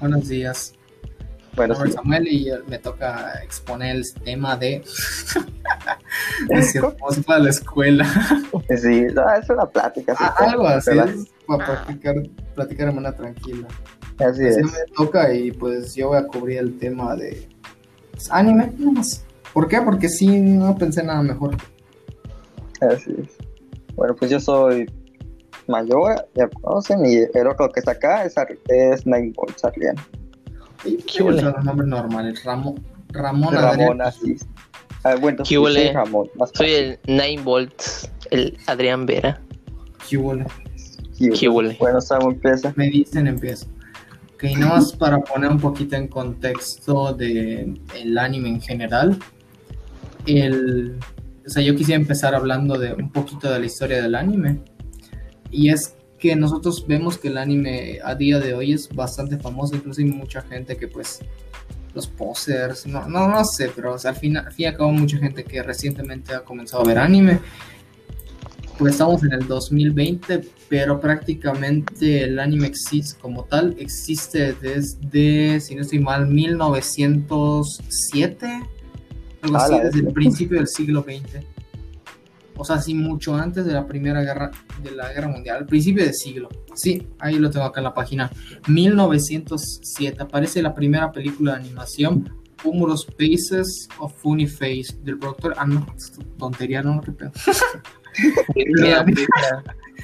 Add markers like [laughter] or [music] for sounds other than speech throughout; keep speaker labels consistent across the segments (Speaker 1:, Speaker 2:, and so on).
Speaker 1: Buenos días.
Speaker 2: Bueno,
Speaker 1: Robert Samuel y eh, me toca exponer el tema de... de ciertos para la escuela.
Speaker 2: sí, sí, no, es una plática. sí,
Speaker 1: A- Ah, [laughs] Algo así
Speaker 2: Ah, ¿verdad?
Speaker 1: es para practicar, platicar de manera tranquila.
Speaker 2: Así
Speaker 1: Así
Speaker 2: es.
Speaker 1: me toca y pues yo voy a cubrir el tema de pues, anime, nada más. ¿Por qué? Porque sí, no pensé nada mejor.
Speaker 2: Así es. Bueno, pues yo soy Mayoa, ya conocen, y el otro que está acá es, Ar- es Nightball, Sarlian.
Speaker 1: Y
Speaker 3: ¿Qué
Speaker 1: qué
Speaker 3: huele?
Speaker 1: otro nombre normal, el Ramo, Ramón
Speaker 2: Ramón,
Speaker 1: Ah, Adrián.
Speaker 2: así es. Ah, bueno,
Speaker 3: ¿Qué
Speaker 2: sí,
Speaker 3: huele?
Speaker 2: soy Ramón, más
Speaker 3: Soy el Nine Volts, el Adrián Vera.
Speaker 1: ¿Qué huele?
Speaker 2: fácil.
Speaker 3: ¿Qué huele?
Speaker 2: Bueno, estamos empresa.
Speaker 1: Me dicen empiezo. Ok, nada más para poner un poquito en contexto de el anime en general. El, o sea, yo quisiera empezar hablando de un poquito de la historia del anime. Y es que nosotros vemos que el anime a día de hoy es bastante famoso, incluso hay mucha gente que pues los posers, no, no, no sé, pero o sea, al fin, al fin y al cabo mucha gente que recientemente ha comenzado a ver anime. Pues estamos en el 2020, pero prácticamente el anime existe como tal, existe desde, si no estoy mal, 1907, algo
Speaker 2: A
Speaker 1: así,
Speaker 2: Ah, la
Speaker 1: desde el
Speaker 2: bestia.
Speaker 1: principio del siglo XX. O sea, sí, mucho antes de la Primera Guerra, de la Guerra Mundial, al principio del siglo. Sí, ahí lo tengo acá en la página. 1907 aparece la primera película de animación Humorous Faces of Funny Face del productor ah no tontería no qué pedo.
Speaker 3: [laughs] Mira,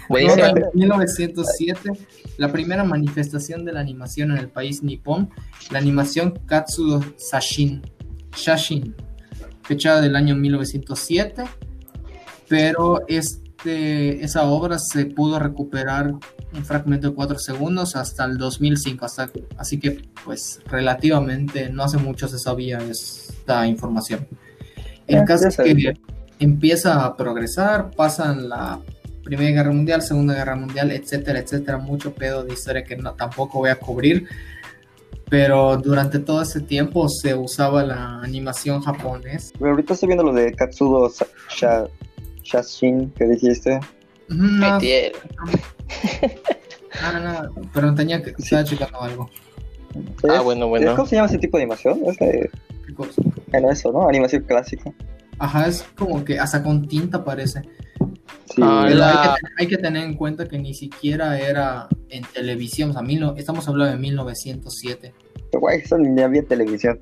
Speaker 3: Buenísima.
Speaker 1: No, en 1907 la primera manifestación de la animación en el país nipón la animación Katsudo Sashin Shashin fechada del año 1907 pero este esa obra se pudo recuperar un fragmento de 4 segundos hasta el 2005, hasta, así que pues relativamente no hace mucho se sabía esta información. El
Speaker 2: Ah,
Speaker 1: caso
Speaker 2: ya
Speaker 1: es que empieza a progresar, pasan la Primera Guerra Mundial, Segunda Guerra Mundial, etcétera, etcétera, mucho pedo de historia que no, tampoco voy a cubrir, pero durante todo ese tiempo se usaba la animación japonesa.
Speaker 2: Pero ahorita estoy viendo lo de Katsudo Sa- Sha- Shashin que dijiste.
Speaker 1: Ujú, No,
Speaker 3: Metier.
Speaker 1: no, Ah, no, pero tenía que, estaba checando algo.
Speaker 3: Ah,
Speaker 2: Es-
Speaker 3: bueno, bueno.
Speaker 2: ¿Cómo se llama ese tipo de animación? Es de-
Speaker 1: ¿Qué cosa?
Speaker 2: bueno, eso, ¿no? Animación clásica.
Speaker 1: Ajá, es como que hasta con tinta parece.
Speaker 2: Sí.
Speaker 3: Ah,
Speaker 1: Pero hay,
Speaker 3: la-
Speaker 1: que, hay que tener en cuenta que ni siquiera era en televisión, o sea, mil no- estamos hablando de 1907.
Speaker 2: Guay, eso ni había televisión.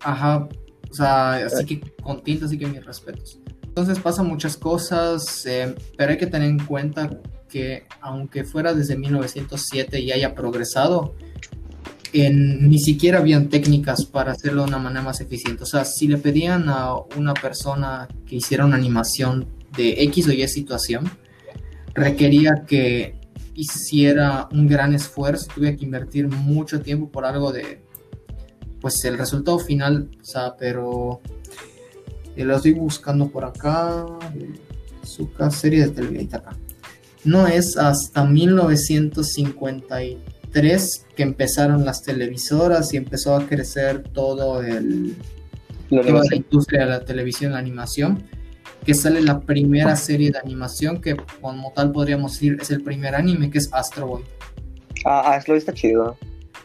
Speaker 1: Ajá, o sea, así que con tinta, así que mis respetos. Entonces pasan muchas cosas, eh, pero hay que tener en cuenta que aunque fuera desde 1907 y haya progresado, en- ni siquiera habían técnicas para hacerlo de una manera más eficiente. O sea, si le pedían a una persona que hiciera una animación de X o Y situación, requería que hiciera un gran esfuerzo, tuve que invertir mucho tiempo por algo de, pues el resultado final, o sea, pero eh, lo estoy buscando por acá, eh, su ca- serie de televisión acá. No es hasta 1953 que empezaron las televisoras y empezó a crecer todo el, tema de la
Speaker 2: La animación.
Speaker 1: industria de la televisión, la animación, que sale la primera serie de animación que como tal podríamos decir es el primer anime, que es Astro Boy.
Speaker 2: Ah, ah, lo está chido.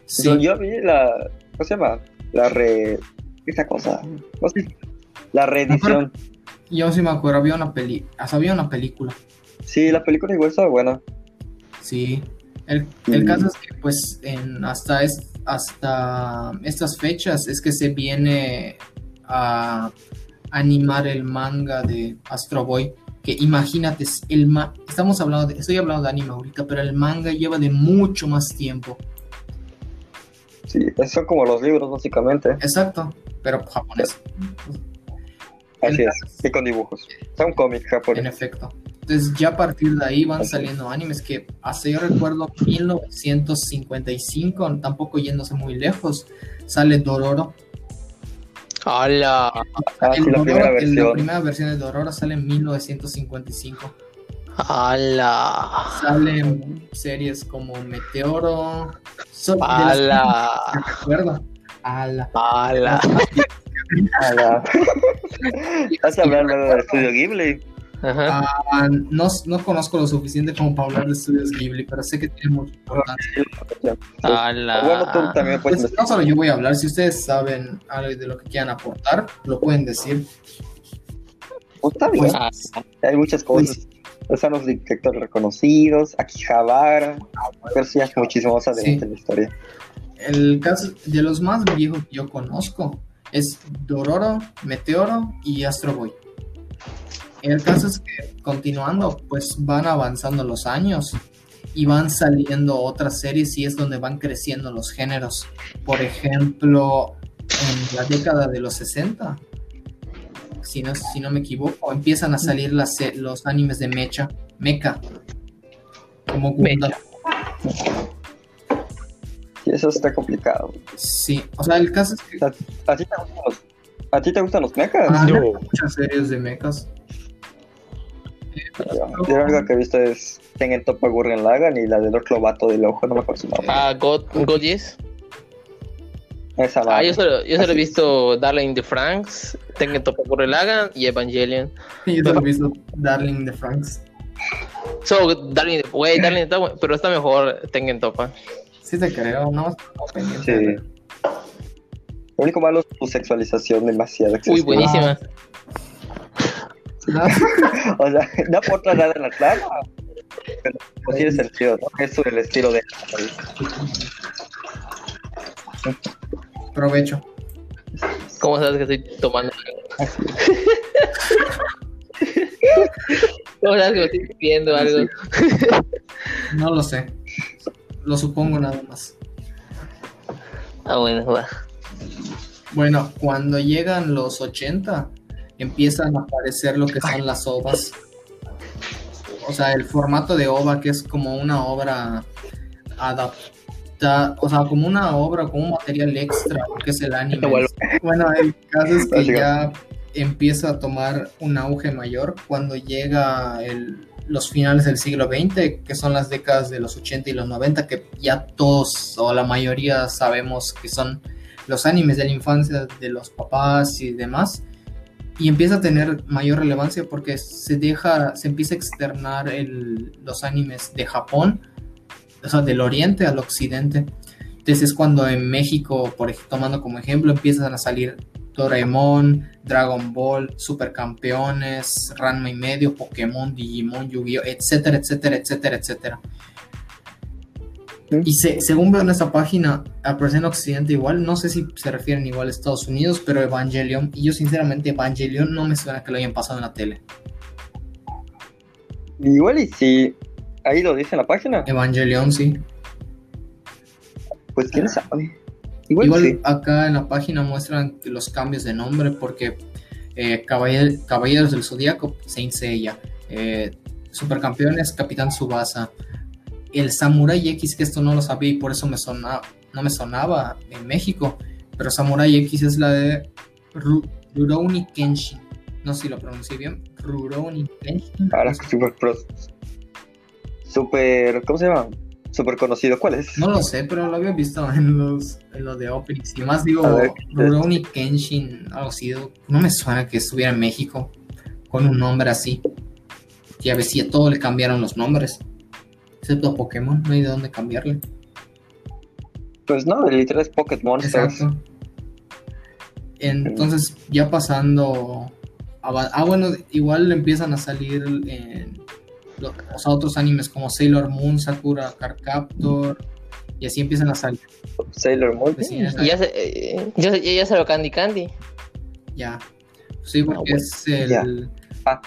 Speaker 1: Sí,
Speaker 2: Yo, yo vi la. ¿Cómo se llama? La re. Esa cosa. ¿Cómo se dice? La reedición.
Speaker 1: yo sí me acuerdo, había una, peli o sea, había una película.
Speaker 2: Sí, la película igual estaba buena.
Speaker 1: Sí. El, el
Speaker 2: Mm.
Speaker 1: caso es que pues en- hasta, es, hasta estas fechas es que se viene a animar el manga de Astro Boy. Que imagínate, es el ma- estamos hablando de, estoy hablando de anime ahorita, pero el manga lleva de mucho más tiempo.
Speaker 2: Sí, son como los libros, básicamente.
Speaker 1: Exacto, pero japonés.
Speaker 2: Así
Speaker 1: El-
Speaker 2: es. Y con dibujos. Es un cómic
Speaker 1: En
Speaker 2: japonés.
Speaker 1: efecto. Entonces ya a partir de ahí van
Speaker 2: Así es.
Speaker 1: saliendo animes que hasta yo recuerdo 1955, tampoco yéndose muy lejos, sale Dororo.
Speaker 3: Hola.
Speaker 2: Ah,
Speaker 1: El
Speaker 2: sí, la
Speaker 1: Dororo-
Speaker 2: primera
Speaker 1: el- la
Speaker 2: versión.
Speaker 1: primera versión de Dororo sale en 1955.
Speaker 3: Hola.
Speaker 1: Salen series como Meteoro. Son de las que
Speaker 3: Hola.
Speaker 1: recuerdo. Ala.
Speaker 3: Hola.
Speaker 2: [laughs] Ah, la- Vas a hablar de Estudio Ghibli.
Speaker 3: Ajá.
Speaker 1: Ah, no, no conozco lo suficiente como para hablar de estudios Ghibli, pero sé que tiene mucha importancia.
Speaker 3: A
Speaker 2: Bueno, pues, tú
Speaker 3: la.
Speaker 2: también puedes
Speaker 1: Pues, no solo yo voy a hablar, si ustedes saben algo de lo que quieran aportar, lo pueden decir.
Speaker 2: Pues está bien,
Speaker 3: Ah,
Speaker 2: hay muchas
Speaker 1: pues,
Speaker 2: cosas. Están los directores reconocidos, Akihabara, personas muchísimo más adelante
Speaker 1: Sí.
Speaker 2: en la historia.
Speaker 1: El caso de los más viejos que yo conozco es Dororo, Meteoro y Astro Boy. El caso es que continuando, pues van avanzando los años y van saliendo otras series y es donde van creciendo los géneros. Por ejemplo, en la década de los 60, si no, si no me equivoco, empiezan a salir las, se- los animes de Mecha, Mecha, como Gundam.
Speaker 2: Y eso está complicado.
Speaker 1: Sí, o sea, el caso es que
Speaker 2: ¿A ti te gustan los, a ti te gustan los mechas?
Speaker 1: Ah,
Speaker 4: No.
Speaker 1: muchas series de mechas.
Speaker 2: yo, yo lo único que he visto es Tengen Toppa Gurren Lagan y la del otro vato del ojo, no me acuerdo su nombre.
Speaker 3: Ah, God, God Yes.
Speaker 2: Esa
Speaker 3: Ah,
Speaker 2: madre.
Speaker 3: yo solo, yo solo he
Speaker 2: Así.
Speaker 3: visto Darling de Franks, Tengen Toppa Gurren Lagann y Evangelion.
Speaker 1: [laughs] Yo solo he visto Darling de Franks.
Speaker 3: So, Darling de. Wey, Darling está bueno, pero está mejor Tengen Toppa.
Speaker 1: Sí te creo, nada más como pendiente de
Speaker 2: Sí.
Speaker 1: ver.
Speaker 2: Lo único malo es su sexualización demasiado
Speaker 3: Uy,
Speaker 2: excesiva.
Speaker 3: buenísima.
Speaker 1: Nada-
Speaker 2: O sea, [laughs] no aporta nada en la trama. Pero no tiene sentido, ¿no? Es el estilo de.
Speaker 1: Provecho.
Speaker 3: ¿Cómo sabes que estoy
Speaker 2: [laughs]
Speaker 3: tomando? ¿Cómo sabes que me estoy pidiendo algo?
Speaker 1: No lo sé. Lo supongo nada más.
Speaker 3: Ah, bueno, va.
Speaker 1: Bueno, cuando llegan los 80, empiezan a aparecer lo que son las ovas. O sea, el formato de ova, que es como una obra adaptada, o sea, como una obra, como un material extra, que es el anime.
Speaker 3: vuelvo.
Speaker 1: Bueno, el caso es que
Speaker 2: Así
Speaker 1: ya empieza a tomar un auge mayor cuando llega el- los finales del siglo XX, que son las décadas de los 80 y los 90, que ya todos o la mayoría sabemos que son los animes de la infancia de los papás y demás y empieza a tener mayor relevancia porque se deja se empieza a externar el- los animes de Japón o sea del oriente al occidente entonces es cuando en México por ej- tomando como ejemplo empiezan a salir Doraemon Dragon Ball Supercampeones Ranma y medio Pokémon Digimon Yu-Gi-Oh etcétera etcétera etcétera etcétera y se- según veo en esta página, aparece en Occidente igual. No sé si se refieren igual a Estados Unidos, pero Evangelion. Y yo, sinceramente, Evangelion no me suena que lo hayan pasado en la tele.
Speaker 2: Igual y si. Ahí lo dice en la página.
Speaker 1: Evangelion, sí.
Speaker 2: Pues quién sabe. Igual,
Speaker 1: Igual
Speaker 2: sí.
Speaker 1: acá en la página muestran los cambios de nombre porque eh, Caballer- Caballeros del Zodíaco, Saint Seiya, eh, Supercampeones, Capitán Subasa, el Samurai X, que esto no lo sabía y por eso me sona- no me sonaba en México, pero Samurai X es la de Ru- Rurouni Kenshin, no sé si lo pronuncié bien, Rurouni Kenshin.
Speaker 2: Ahora es super pro. Super. ¿Cómo se llama? Super conocido. ¿Cuál es?
Speaker 1: No lo sé, pero lo había visto [laughs] en los, en los de Openings. Y más digo,
Speaker 2: A ver,
Speaker 1: Rurouni Kenshin, algo así. No me suena que estuviera en México con un nombre así. Ya ves, sí, a todo le cambiaron los nombres. Excepto a Pokémon, no hay de dónde cambiarle.
Speaker 2: Pues no, el literal es Pocket Monsters.
Speaker 1: Exacto. Entonces, ya pasando. a va- Ah, bueno, igual empiezan a salir en lo- o sea, otros animes como Sailor Moon, Sakura, Card Captor. Y así empiezan a salir.
Speaker 2: Sailor Moon.
Speaker 1: Vecinas.
Speaker 3: Y ya se, eh, ya, se- ya se lo Candy Candy.
Speaker 1: Ya. Sí, porque
Speaker 3: bueno,
Speaker 1: es el.
Speaker 2: Ah,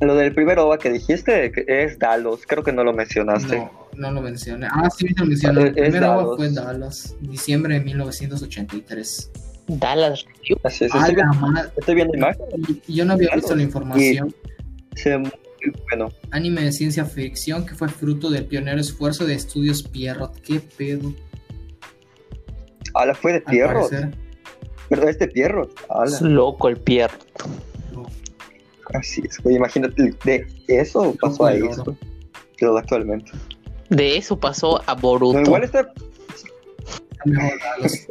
Speaker 2: ya. Lo del primer OVA que dijiste que es Dalos. Creo que no lo mencionaste.
Speaker 1: No, no lo mencioné. Ah, sí, lo mencioné.
Speaker 2: Es
Speaker 1: El primer agua
Speaker 2: Dallas.
Speaker 1: fue Dallas, diciembre de 1983.
Speaker 3: Dallas Review.
Speaker 2: Así es.
Speaker 1: A
Speaker 2: Estoy,
Speaker 1: la
Speaker 2: viendo-
Speaker 1: madre.
Speaker 2: estoy viendo imagen.
Speaker 1: Y- Yo no había
Speaker 2: Dallas.
Speaker 1: visto la información.
Speaker 2: Se ve muy bueno.
Speaker 1: Anime de ciencia ficción que fue fruto del pionero esfuerzo de estudios Pierrot. ¿Qué pedo?
Speaker 2: Ala, fue de
Speaker 1: Al
Speaker 2: Pierrot.
Speaker 1: parecer.
Speaker 2: Pero es de Pierrot. Ala.
Speaker 3: Es loco el Pierre.
Speaker 1: No.
Speaker 2: Así es, güey. Imagínate, de eso pasó
Speaker 1: Ojo
Speaker 2: a
Speaker 1: de oro.
Speaker 2: eso. Lo de actualmente.
Speaker 3: De eso pasó a
Speaker 2: No,
Speaker 3: Boruto.
Speaker 2: igual está.
Speaker 1: Mejor
Speaker 2: [laughs]
Speaker 1: Dallas.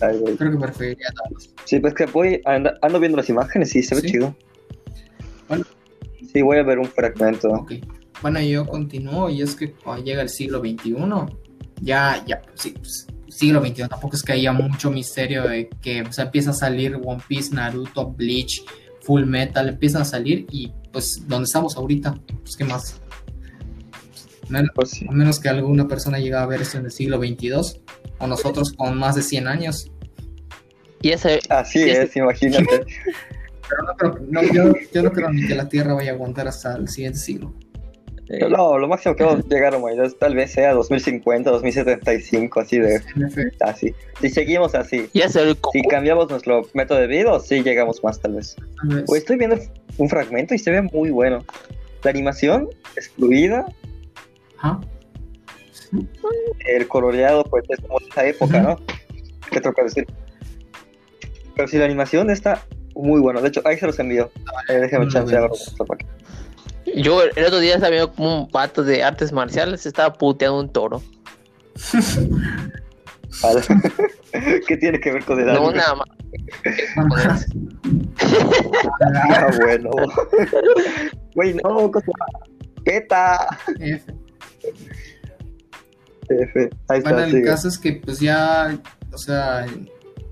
Speaker 2: Ay, güey.
Speaker 1: Creo que preferiría Dallas.
Speaker 2: Sí, pues que voy, ando, ando viendo las imágenes y se ve
Speaker 1: Sí.
Speaker 2: chido. Sí, voy a ver un fragmento.
Speaker 1: Ok. Bueno, yo continúo y es que cuando llega el siglo XXI, ya, ya, pues, sí, pues, siglo XXI, tampoco es que haya mucho misterio de que pues, empieza a salir One Piece, Naruto, Bleach, Full Metal, empiezan a salir y pues donde estamos ahorita, pues qué más. Men-
Speaker 2: Pues sí.
Speaker 1: a menos que alguna persona llegue a ver esto en el siglo XXII, o nosotros con más de 100 años.
Speaker 3: Y ese,
Speaker 2: Así
Speaker 3: Sí, sí.
Speaker 2: es, imagínate.
Speaker 1: [laughs] Pero no creo- no, yo, yo no creo ni que la Tierra vaya a aguantar hasta el siguiente siglo.
Speaker 3: eh,
Speaker 2: No, lo máximo que vamos a llegar a humanidad tal vez sea 2050, 2075, así de
Speaker 1: Pues, En efecto,
Speaker 2: así. Si seguimos así,
Speaker 3: y ese el
Speaker 2: si cambiamos nuestro método de vida, sí llegamos más tal vez.
Speaker 1: tal vez.
Speaker 2: Pues estoy viendo un fragmento y se ve muy bueno. La animación es fluida,
Speaker 1: Ajá.
Speaker 2: el coloreado pues es como de esa época,
Speaker 1: Ujú.
Speaker 2: ¿no? Que toca decir. Pero si la animación está muy buena, de hecho, ahí se los envío. Eh, déjame
Speaker 1: Lo
Speaker 2: chancear.
Speaker 1: vemos.
Speaker 3: Yo el otro día estaba viendo como un pato de artes marciales estaba puteando un toro.
Speaker 2: [laughs] ¿Qué tiene que ver con el
Speaker 3: No,
Speaker 2: anime?
Speaker 3: nada más.
Speaker 2: [laughs]
Speaker 1: [laughs]
Speaker 2: Ah,
Speaker 3: [laughs]
Speaker 2: bueno. Güey, no, cosa. ¡Peta!
Speaker 1: F.
Speaker 2: F. Ahí
Speaker 1: Bueno,
Speaker 2: está,
Speaker 1: el
Speaker 2: sigue.
Speaker 1: caso es que pues ya, o sea,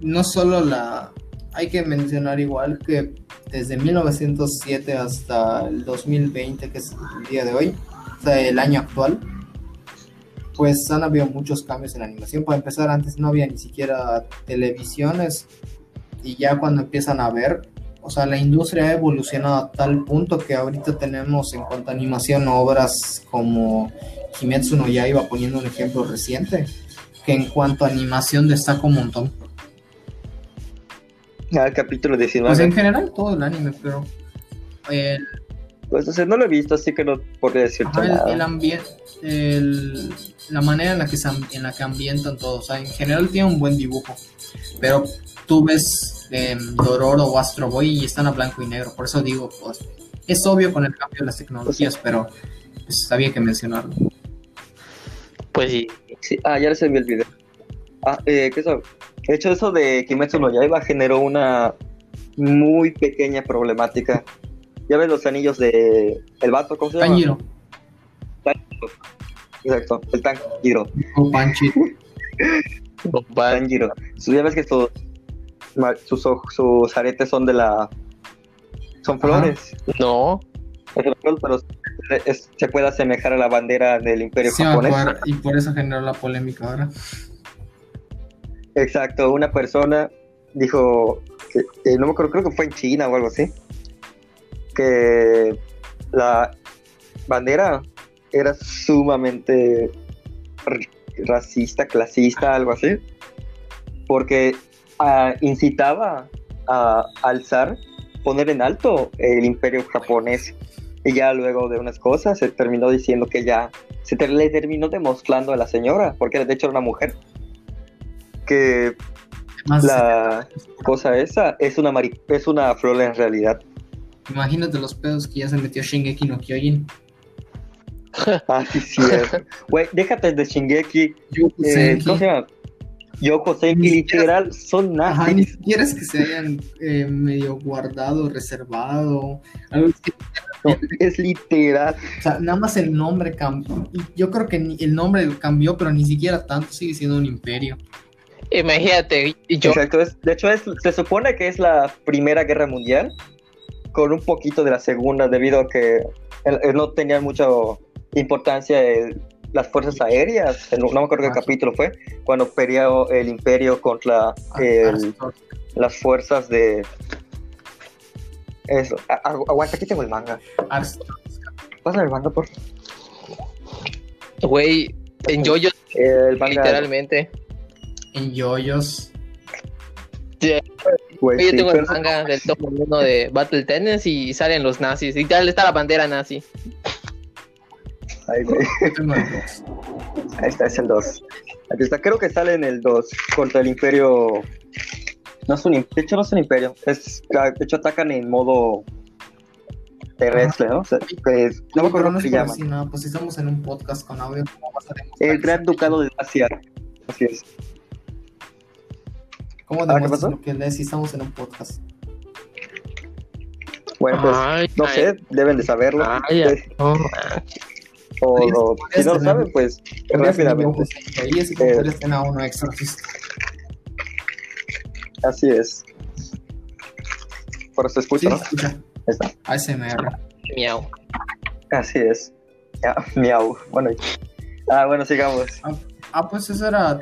Speaker 1: no solo la... Hay que mencionar igual que desde 1907 hasta el 2020, que es el día de hoy, o sea, el año actual, pues han habido muchos cambios en la animación. Para empezar, antes no había ni siquiera televisiones y ya cuando empiezan a ver, o sea, la industria ha evolucionado a tal punto que ahorita tenemos en cuanto a animación obras como Kimetsu no Yaiba, poniendo un ejemplo reciente, que en cuanto a animación destaca un montón.
Speaker 2: Ah, el capítulo
Speaker 1: Pues
Speaker 2: 19.
Speaker 1: en general todo el anime, pero el,
Speaker 2: Pues, o sea, no lo he visto, así que no podría decirte
Speaker 1: ajá, el-
Speaker 2: nada.
Speaker 1: el ambien- el- la manera en la que se am- en la que ambientan todo, o sea, en general tiene un buen dibujo, pero tú ves em, Dororo o Astro Boy y están a blanco y negro, por eso digo, pues, es obvio con el cambio de las tecnologías, pero pues, había que mencionarlo.
Speaker 3: Pues sí.
Speaker 2: Sí, ah, ya les envié el video. Ah, eh, ¿qué eso? De hecho, eso de Kimetsu no Yaiba generó una muy pequeña problemática. Ya ves los anillos de... El vato, ¿cómo se llama?
Speaker 1: Tanjiro
Speaker 2: Exacto, el Tanjiro.
Speaker 1: o Panchi,
Speaker 3: compadre.
Speaker 2: Tanjiro. Su- Ya ves que sus, ma- sus, oj- sus aretes son de la... Son
Speaker 1: Ajá.
Speaker 2: flores.
Speaker 3: No.
Speaker 2: Es una flor, pero es- se puede asemejar a la bandera del imperio
Speaker 1: sí, me
Speaker 2: japonés.
Speaker 1: acuerdo, y por eso generó la polémica ahora.
Speaker 2: Exacto, una persona dijo, que, eh, no me acuerdo, creo que fue en China o algo así, que la bandera era sumamente r- racista, clasista, algo así, porque ah, incitaba a alzar, poner en alto el imperio japonés. Y ya luego de unas cosas se terminó diciendo que ya se ter- le terminó demostrando a la señora, porque de hecho era una mujer, que
Speaker 1: Más de
Speaker 2: la [laughs] cosa esa es una mari- es una flor en realidad.
Speaker 1: Imagínate los pedos que ya se metió Shingeki no Kyojin.
Speaker 2: Ah, sí, sí. es. Güey, déjate de Shingeki.
Speaker 1: Yo
Speaker 2: Eh, ¿Cómo se llama? Yoko Senki, literal, son
Speaker 1: Ajá, ni
Speaker 2: nazis.
Speaker 1: siquiera es que se hayan eh, medio guardado, reservado. algo así.
Speaker 2: No, es literal.
Speaker 1: O sea, nada más el nombre cambió. Yo creo que ni- el nombre cambió, pero ni siquiera tanto. Sigue siendo un imperio.
Speaker 3: Imagínate, y yo
Speaker 2: Exacto. es- de hecho, es, se supone que es la Primera Guerra Mundial, con un poquito de la Segunda, debido a que el- el no tenían mucha importancia el- las fuerzas aéreas. No no me acuerdo qué
Speaker 1: Ah.
Speaker 2: capítulo fue, cuando peleó el imperio contra
Speaker 1: ah,
Speaker 2: el, las fuerzas de. Eso. a- agu- aguanta, aquí tengo el manga.
Speaker 1: Arstor-
Speaker 2: Pásame el manga, por favor.
Speaker 3: güey, en yo yo
Speaker 2: El manga.
Speaker 3: literalmente.
Speaker 1: en yoyos.
Speaker 2: güey,
Speaker 3: Yo
Speaker 2: Pues sí,
Speaker 3: tengo el
Speaker 2: pero-
Speaker 3: manga del tomo 1 de Battle Tennis y salen los nazis. Y tal está la bandera nazi.
Speaker 2: Ahí, güey,
Speaker 1: Yo tengo el
Speaker 2: [laughs]
Speaker 1: dos.
Speaker 2: ahí está, es el 2. Aquí está, creo que sale en el 2. Contra el Imperio. No es un imperio. De hecho, no es un imperio. Es, ah, de hecho, atacan en modo terrestre, ¿no? O sea, es- no me
Speaker 1: Pero
Speaker 2: acuerdo
Speaker 1: no
Speaker 2: cómo
Speaker 1: es
Speaker 2: se
Speaker 1: por
Speaker 2: llama.
Speaker 1: decir nada, pues si estamos en un podcast con audio. ¿Cómo vas a demostrar
Speaker 2: El
Speaker 1: que
Speaker 2: Gran
Speaker 1: sí?
Speaker 2: Ducado de Asia. Así es.
Speaker 1: ¿Cómo
Speaker 2: ¿qué
Speaker 1: demuestras
Speaker 2: Ah, pasó?
Speaker 1: lo que lees si estamos en un podcast?
Speaker 2: Bueno, pues
Speaker 3: Ay,
Speaker 2: no
Speaker 3: ay.
Speaker 2: sé, deben de saberlo.
Speaker 3: Vaya, no,
Speaker 2: o,
Speaker 1: Podrías-
Speaker 2: o- si
Speaker 1: podrías
Speaker 3: Este,
Speaker 2: no lo
Speaker 1: tener-
Speaker 2: saben, pues
Speaker 1: Podrías tener
Speaker 2: rápidamente.
Speaker 1: dibujos ahí, así como
Speaker 2: Eh.
Speaker 1: podrías tener a uno extra artista.
Speaker 2: Así es. Por
Speaker 1: Sí,
Speaker 2: eso escucha,
Speaker 1: se
Speaker 2: ¿no?
Speaker 1: escucha.
Speaker 2: Está.
Speaker 1: ASMR.
Speaker 3: miau.
Speaker 2: Así es. Ya, miau. Bueno, y- ah, bueno, sigamos.
Speaker 1: Ah, pues eso era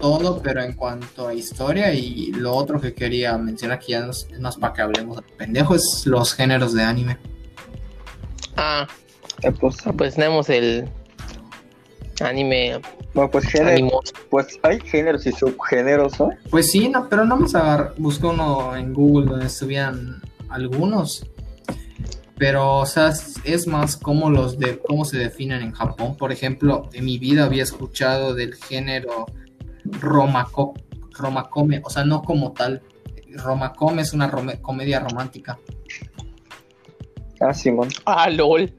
Speaker 1: todo, pero en cuanto a historia y lo otro que quería mencionar, que ya no es más para que hablemos de pendejo, es los géneros de anime.
Speaker 3: Ah,
Speaker 2: Eh, pues,
Speaker 3: pues tenemos el anime
Speaker 2: bueno, pues género-
Speaker 3: animoso.
Speaker 2: pues hay géneros y subgéneros, ¿no?
Speaker 1: Pues sí, no, pero no más agarrar, busqué uno en Google donde estuvieran algunos. Pero, o sea, es, es más como los de cómo se definen en Japón. Por ejemplo, en mi vida había escuchado del género romako, romakome, o sea, no como tal. Romakome es una rome- comedia romántica.
Speaker 2: Ah, Simón.
Speaker 3: Ah, lol.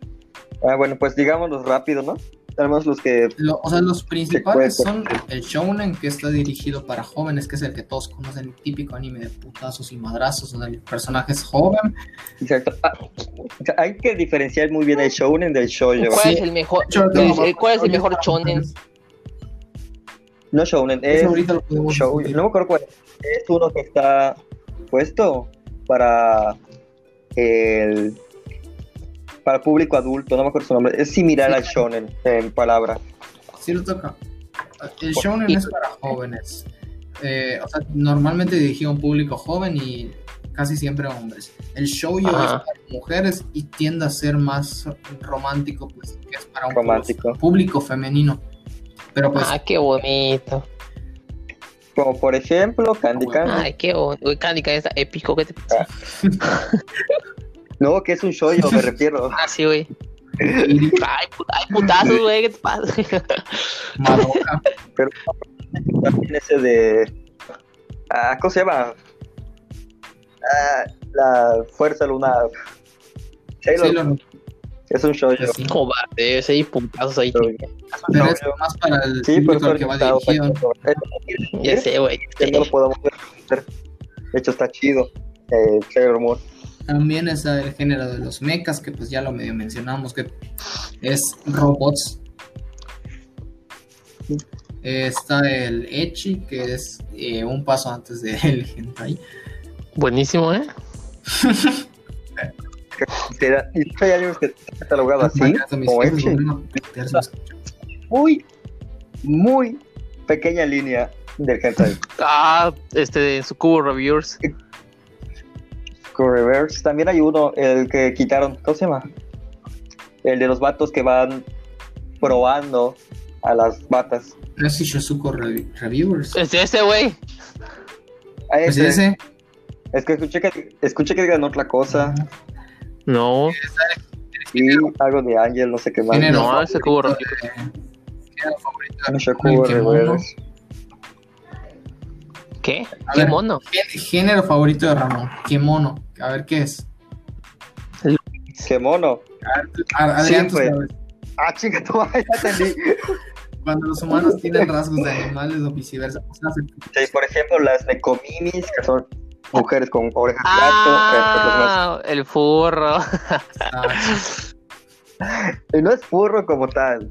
Speaker 2: Ah, bueno, pues digámoslos rápido, ¿no? Tenemos los que.
Speaker 1: Lo- o sea, los principales
Speaker 2: Sí,
Speaker 1: son el shounen, que está dirigido para jóvenes, que es el que todos conocen, el típico anime de putazos y madrazos, donde el personaje es joven.
Speaker 2: Exacto. Ah, o sea, hay que diferenciar muy bien el shounen del shoujo.
Speaker 3: ¿Cuál
Speaker 1: Sí.
Speaker 3: es el mejor?
Speaker 1: Shonen.
Speaker 3: el- el- ¿Cuál es el mejor shonen?
Speaker 2: No shounen, es
Speaker 1: Eso ahorita lo podemos
Speaker 2: shoujo.
Speaker 1: discutir.
Speaker 2: No me acuerdo cuál. Es uno que está puesto para el para el público adulto, no me acuerdo su nombre. Es similar
Speaker 1: Sí.
Speaker 2: al shounen en palabra.
Speaker 1: Sí lo toca. El shounen es para jóvenes. Eh, o sea, normalmente dirigido a un público joven y casi siempre a hombres. El shoujo es
Speaker 3: Ajá.
Speaker 1: para mujeres y tiende a ser más romántico, pues que es para un
Speaker 2: Romántico.
Speaker 1: público femenino. Pero pues
Speaker 3: Ah, qué bonito.
Speaker 2: Como por ejemplo Candy
Speaker 1: Ah, bueno.
Speaker 2: Candy.
Speaker 3: Ay, qué bonito. Uy, Candy Candy está épico. ¿Qué te pasa?
Speaker 2: No, que es un shoujo,
Speaker 1: [laughs]
Speaker 2: me refiero.
Speaker 3: Ah, sí, güey.
Speaker 1: y
Speaker 3: Ay, put- ay, putazos, güey. ¿Qué te pasa? [laughs]
Speaker 2: [laughs]
Speaker 1: Madoka,
Speaker 2: También ese de ah, ¿cómo se llama? Ah, la fuerza lunar. Sailor
Speaker 1: sí, lo-
Speaker 2: Es un shoujo.
Speaker 1: pues, sí.
Speaker 3: Cobarde, ese y putazos ahí.
Speaker 1: Pero es más para el
Speaker 2: Sí, pues, pero
Speaker 1: público
Speaker 2: está
Speaker 1: al que va
Speaker 2: orientado para
Speaker 1: dirigido.
Speaker 2: que-
Speaker 3: Ya sé, güey.
Speaker 2: que no lo podamos ver. De hecho, está chido. Eh, Sailor Moon.
Speaker 1: También está el género de los mechas, que pues ya lo medio mencionamos, que es robots. Eh, Está el Echi, que es eh, un paso antes del [laughs] Hentai.
Speaker 3: Buenísimo, ¿eh?
Speaker 2: Será- Y esto ya vimos que está catalogado así,
Speaker 1: Sacas a mis
Speaker 2: como
Speaker 1: jefes,
Speaker 2: Echi.
Speaker 1: volviendo a putearse mis-
Speaker 2: Muy, muy pequeña línea del hentai.
Speaker 3: Ah, este, en su cubo reviewers.
Speaker 2: Con Reverse. También hay uno, el que quitaron. ¿Cómo se llama? El de los vatos que van probando a las batas.
Speaker 1: No es Shishozuko Re- Reviewers.
Speaker 3: Este, ese, güey.
Speaker 2: Ah,
Speaker 1: Pues
Speaker 2: ese.
Speaker 1: ese,
Speaker 2: Es que escuché que, escuché que digan otra cosa.
Speaker 3: No,
Speaker 2: Y algo de Ángel, no sé qué más.
Speaker 1: Género.
Speaker 3: no, ese cubo reviewers.
Speaker 2: No sé, Cubo
Speaker 1: Kimono.
Speaker 2: Reverse.
Speaker 3: ¿Qué?
Speaker 1: A
Speaker 3: Qué
Speaker 1: ver.
Speaker 3: mono.
Speaker 1: Gé- género favorito de Ramón, Kimono. A ver qué es.
Speaker 2: Qué mono.
Speaker 1: A ver, a- Adrián, tú
Speaker 2: Siempre.
Speaker 1: sabes.
Speaker 2: Ah, chica, tú ya entendí.
Speaker 1: Cuando los humanos tienen rasgos de animales o viceversa, pues hace
Speaker 2: Sí, por ejemplo, las necomimis, que son mujeres con orejas de
Speaker 1: eh,
Speaker 2: gato.
Speaker 3: Ah, el furro. [laughs]
Speaker 1: ah,
Speaker 2: eh, Y no es furro como tal.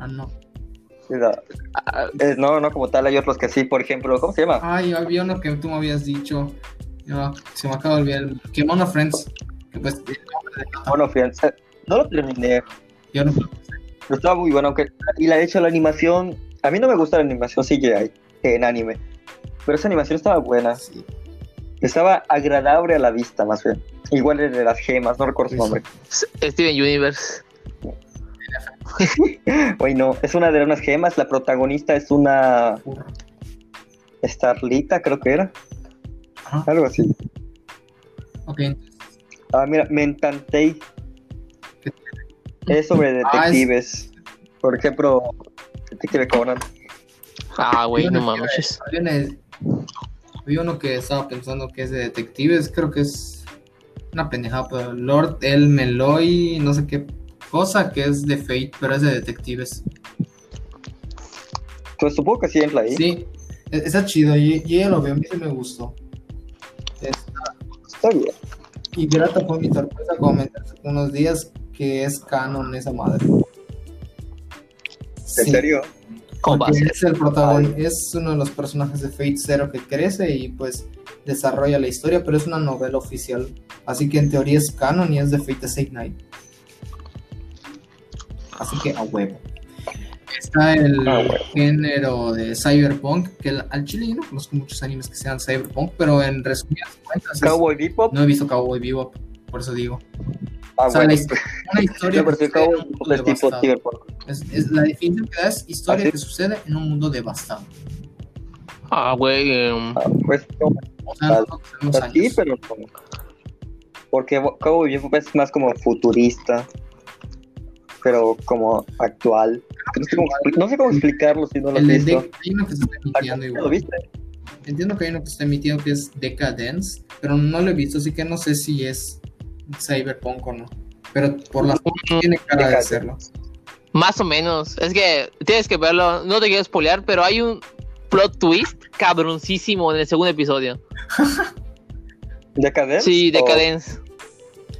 Speaker 1: ah, no.
Speaker 2: No,
Speaker 3: Ah,
Speaker 2: es- no, no como tal. Hay otros que sí, por ejemplo, ¿cómo se llama?
Speaker 1: Ay, había uno que tú me habías dicho. Ya, se me acaba de olvidar. el- Kimono Friends. Que pues el nombre de-
Speaker 2: Bueno, fíjense, eh, no lo terminé.
Speaker 1: yo no.
Speaker 2: Pero estaba muy bueno. Aunque, y la he hecho la animación. A mí no me gusta la animación CGI en anime. Pero esa animación estaba buena.
Speaker 1: sí,
Speaker 2: Estaba agradable a la vista, más bien. Igual el de las gemas, no recuerdo su
Speaker 1: Eso.
Speaker 2: nombre.
Speaker 3: Steven Universe.
Speaker 2: Oye, no, es una de unas gemas. La protagonista es una
Speaker 1: burro.
Speaker 2: Starlita, creo que era.
Speaker 1: Ajá.
Speaker 2: Algo así.
Speaker 1: Ok,
Speaker 2: Ah, mira, Mentantei.
Speaker 1: ¿Qué?
Speaker 2: Es sobre
Speaker 1: Ah, es-
Speaker 2: detectives. Por ejemplo, Detective Conan.
Speaker 3: Ah, güey,
Speaker 1: Yo
Speaker 3: no
Speaker 1: no
Speaker 3: mames.
Speaker 1: había, una- había uno que estaba pensando que es de detectives. Creo que es una pendejada. Pero Lord El Meloy, no sé qué cosa que es de Fate, pero es de detectives.
Speaker 2: Pues supongo que sí entra ahí.
Speaker 1: Sí, e- está chido. Yo, yo ya lo veo, a mí sí me gustó. Es-
Speaker 2: Está bien.
Speaker 1: Y grata fue mi sorpresa comentar hace unos días que es canon esa madre.
Speaker 2: ¿En serio?
Speaker 3: ¿Cómo va a
Speaker 1: Porque
Speaker 3: ser?
Speaker 1: es el protagonista, es uno de los personajes de Fate Zero que crece y pues desarrolla la historia, pero es una novela oficial. Así que en teoría es canon y es de Fate Stay Night. Así que a huevo. Está el
Speaker 2: A huevo.
Speaker 1: género de Cyberpunk, que el- al chile yo no conozco muchos animes que sean Cyberpunk, pero en resumidas cuentas es-
Speaker 2: Cowboy Bebop.
Speaker 1: no he visto Cowboy Bebop, por eso digo.
Speaker 2: Ah,
Speaker 1: O sea,
Speaker 2: bueno.
Speaker 1: la hist- una historia
Speaker 2: Yo prefiero
Speaker 1: que sucede en
Speaker 2: Cowboy
Speaker 1: un
Speaker 2: Bebop
Speaker 1: mundo
Speaker 2: es tipo
Speaker 1: devastado.
Speaker 2: Cyberpunk.
Speaker 1: Es- es la definición que da es historia
Speaker 2: ¿Ah, sí?
Speaker 1: que sucede en un mundo devastado.
Speaker 3: Ah, güey. em,
Speaker 2: Ah, pues, no,
Speaker 1: O sea, no tenemos
Speaker 2: pues sí,
Speaker 1: años.
Speaker 2: pero no. Porque Bo- Cowboy Bebop es más como futurista, pero como actual. No sé cómo, expli- no sé cómo explicarlo si no lo has
Speaker 1: El de
Speaker 2: visto.
Speaker 1: Dec- hay uno que se está emitiendo
Speaker 2: ¿Lo
Speaker 1: igual.
Speaker 2: viste?
Speaker 1: Entiendo que hay uno que se está emitiendo que es Decadence, pero no lo he visto, así que no sé si es Cyberpunk o no. Pero por las fotos tiene cara de
Speaker 2: Decadence.
Speaker 1: hacerlo.
Speaker 3: Más o menos. Es que tienes que verlo. No te quiero spoilear, pero hay un plot twist cabroncísimo en el segundo episodio.
Speaker 2: ¿Decadence?
Speaker 3: Sí,
Speaker 2: ¿O-
Speaker 3: Decadence.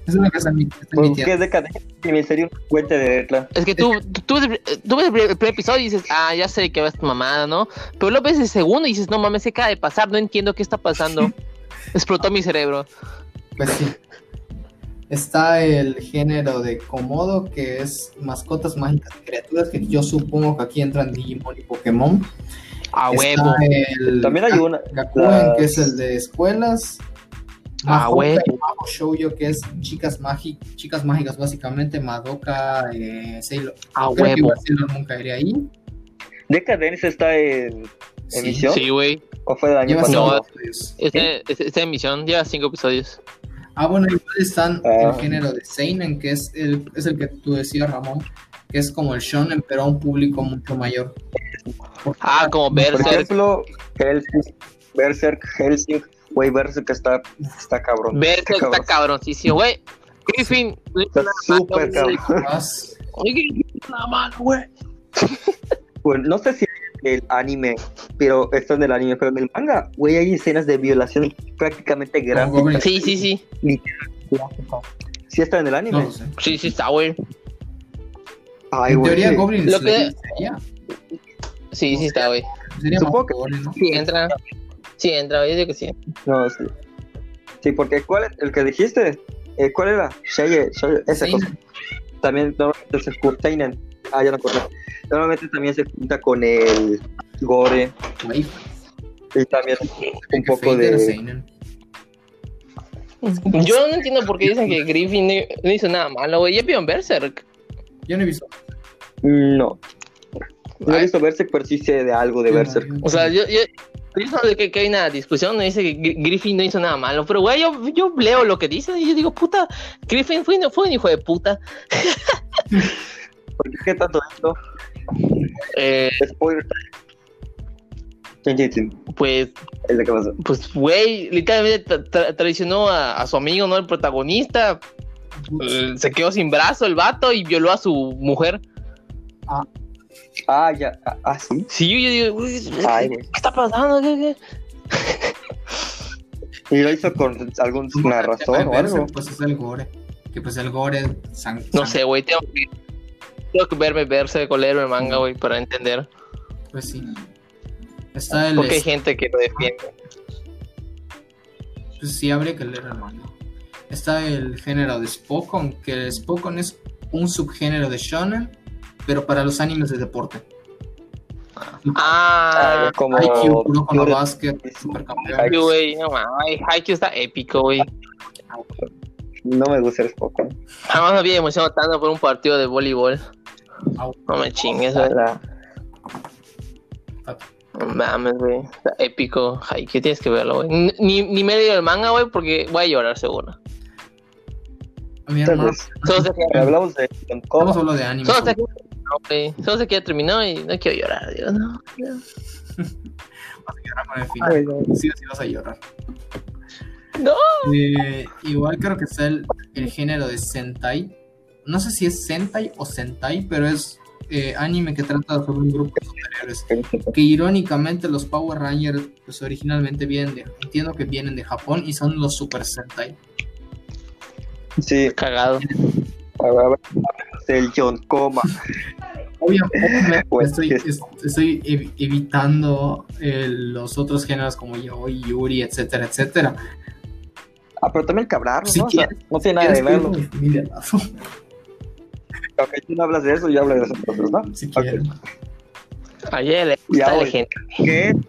Speaker 1: Es uno que se emi- se está
Speaker 2: Pues, ¿Qué
Speaker 1: emitiendo.
Speaker 2: es Decadence? Y me sería una cuenta de letra.
Speaker 3: Es que tú, tú, tú ves el- tú ves el primer- el primer episodio y dices, ah, ya sé que va esta mamada, ¿no? Pero luego ves el segundo y dices, no mames, se acaba de pasar, no entiendo qué está
Speaker 2: [laughs]
Speaker 3: pasando. Explotó mi cerebro.
Speaker 1: Pues sí. Está el género de Komodo, que es mascotas mágicas y criaturas, que yo supongo que aquí entran Digimon y Pokémon.
Speaker 3: A
Speaker 1: Está
Speaker 3: huevo.
Speaker 1: el
Speaker 2: También hay una.
Speaker 1: Gakuen, que es el de escuelas.
Speaker 3: Ah,
Speaker 1: Mahoka
Speaker 3: güey.
Speaker 1: y Maho Shoujo, que es chicas, magi- chicas mágicas, básicamente. Madoka, eh, Sailor.
Speaker 3: A
Speaker 1: Creo que
Speaker 3: huevo.
Speaker 1: igual Sailor Moon caería ahí.
Speaker 2: Decadence está en.
Speaker 1: Sí.
Speaker 2: ¿Emisión?
Speaker 3: Sí, güey.
Speaker 2: ¿O fue del año
Speaker 1: Lleva
Speaker 2: pasado?
Speaker 1: cinco
Speaker 3: No.
Speaker 1: episodios.
Speaker 3: Está,
Speaker 2: ¿Eh?
Speaker 3: está- está en emisión, lleva cinco episodios.
Speaker 1: Ah, bueno, igual están
Speaker 2: Ah.
Speaker 1: el género de Seinen, que es el, es el que tú decías, Ramón, que es como el shonen, pero a un público mucho
Speaker 2: [laughs]
Speaker 1: mayor. Porque-
Speaker 3: Ah, como
Speaker 2: Por
Speaker 3: Berserk.
Speaker 2: ejemplo, Helsing, Berserk, Helsing, güey, Berserk está, está cabrón.
Speaker 3: Berserk está
Speaker 2: cabrón.
Speaker 3: cabroncísimo, güey. Griffin.
Speaker 2: Está súper cabrón.
Speaker 1: más-
Speaker 3: Oye, la mano, güey.
Speaker 2: Bueno, Pues, no sé si en el anime, pero está en el anime, pero en el manga, güey, hay escenas de violación prácticamente
Speaker 1: como
Speaker 2: grandes.
Speaker 1: Goblin
Speaker 3: Sí, sí, sí.
Speaker 2: Sí está en el
Speaker 1: No
Speaker 2: anime.
Speaker 1: lo sé.
Speaker 3: Sí, sí, está, güey.
Speaker 2: Ay,
Speaker 1: En
Speaker 2: güey.
Speaker 1: teoría, Goblin
Speaker 3: Lo
Speaker 1: Slayer
Speaker 3: que-
Speaker 1: sería.
Speaker 3: Sí, sí, está, güey.
Speaker 1: Sería
Speaker 2: Supongo
Speaker 1: más
Speaker 2: que-
Speaker 1: Goblin, ¿no?
Speaker 2: Sí,
Speaker 3: Entra. Sí, entra, güey. Yo digo que sí.
Speaker 2: No, sí. Sí, porque ¿cuál es el que dijiste? Eh, ¿Cuál era? Shaye, Shaye, esa cosa.
Speaker 1: Seinen.
Speaker 2: También normalmente se junta. Seinen. Ah, ya no acordé. Normalmente también se junta con el gore
Speaker 1: Ahí,
Speaker 2: y también un
Speaker 1: que
Speaker 2: poco
Speaker 1: Fate era
Speaker 2: de.
Speaker 1: Seinen.
Speaker 3: Yo no entiendo por qué dicen que Griffin no, no hizo nada malo, güey. Ya vio en Berserk.
Speaker 1: Yo no he visto.
Speaker 2: No. No he
Speaker 3: Ay,
Speaker 2: visto Berserk, pero sí sé de algo de Berserk.
Speaker 3: o sea, yo, yo, yo no sé que, que hay una discusión, me dice que Gri- Griffin no hizo nada malo, pero güey, yo, yo leo lo que dicen y yo digo, puta, Griffin fue, fue un hijo de puta.
Speaker 2: ¿Por qué, qué tanto esto?
Speaker 3: Eh,
Speaker 2: Spoiler. Chin, chin, chin.
Speaker 3: pues,
Speaker 2: Es lo que pasó.
Speaker 3: pues, güey, literalmente tra- tra- traicionó a, a su amigo, ¿no? El protagonista. eh, se quedó sin brazo el vato y violó a su mujer.
Speaker 2: Ah, ya. Ah, ah, sí.
Speaker 3: Sí, yo digo, güey,
Speaker 2: Ay,
Speaker 3: ¿qué
Speaker 2: güey.
Speaker 3: está pasando? ¿Qué- qué?
Speaker 2: ¿Y lo hizo con alguna razón o algo?
Speaker 1: Pues es el gore. Que pues el gore es sang-
Speaker 3: No
Speaker 1: sang-
Speaker 3: sé, güey, tengo que, tengo que verme, verse, leer el
Speaker 2: Mm.
Speaker 3: manga, güey, para entender.
Speaker 1: Pues sí. Está el.
Speaker 3: Porque hay gente que lo defiende.
Speaker 1: Pues sí, habría que leer el manga. Está el género de Spokon, que el Spokon es un subgénero de shonen, pero para los animes de deporte.
Speaker 2: Ah,
Speaker 3: Ah,
Speaker 2: como.
Speaker 1: IQ, Kuroko no
Speaker 2: Yuri-
Speaker 1: Basket, Supercampeones.
Speaker 3: Haikyuu, güey, no mames. Haikyuu está épico, güey.
Speaker 2: No me gusta el Spoken.
Speaker 3: Jamás me había emocionado tanto por un partido de voleibol. No me chingues, güey. No mames, güey. Está épico. Haikyuu, tienes que verlo, güey. Ni- Ni, ni me he leído el manga, güey, porque voy a llorar seguro.
Speaker 1: A mi hermano.
Speaker 2: Entonces,
Speaker 3: Solo se queda,
Speaker 2: hablamos de.
Speaker 1: Vamos
Speaker 2: ¿Cómo?
Speaker 1: solo de anime.
Speaker 3: solo se queda, no, güey. Solo se queda terminado y no quiero llorar, digo, no.
Speaker 1: con el final.
Speaker 2: Ay, no.
Speaker 1: Sí, o sí vas a llorar.
Speaker 3: No.
Speaker 1: Eh, igual creo que está el, el género de Sentai. No sé si es Sentai o Sentai, pero es eh, anime que trata sobre un grupo de superhéroes. Que irónicamente los Power Rangers, pues originalmente vienen de. Entiendo que vienen de Japón y son los Super Sentai.
Speaker 2: Sí,
Speaker 3: Cagado.
Speaker 2: ahora el John Coma.
Speaker 1: Obviamente me-
Speaker 2: [laughs] Pues,
Speaker 1: estoy,
Speaker 2: que-
Speaker 1: es- estoy ev- evitando eh, los otros géneros como yo, Yuri, etcétera, etcétera.
Speaker 2: Ah, pero también cabrón,
Speaker 1: Si
Speaker 2: ¿no? O sea, no tiene nada de
Speaker 1: ¿Quieres que
Speaker 2: verlo.
Speaker 1: mi familia la-
Speaker 2: Ok, tú no hablas de eso, yo hablo de eso entonces,
Speaker 1: [laughs]
Speaker 2: ¿no?
Speaker 1: si
Speaker 2: Ok.
Speaker 1: quieren.
Speaker 3: Ayer le
Speaker 2: Ya
Speaker 3: gusta a la
Speaker 2: voy.
Speaker 3: gente.
Speaker 2: ¿Qué? [laughs]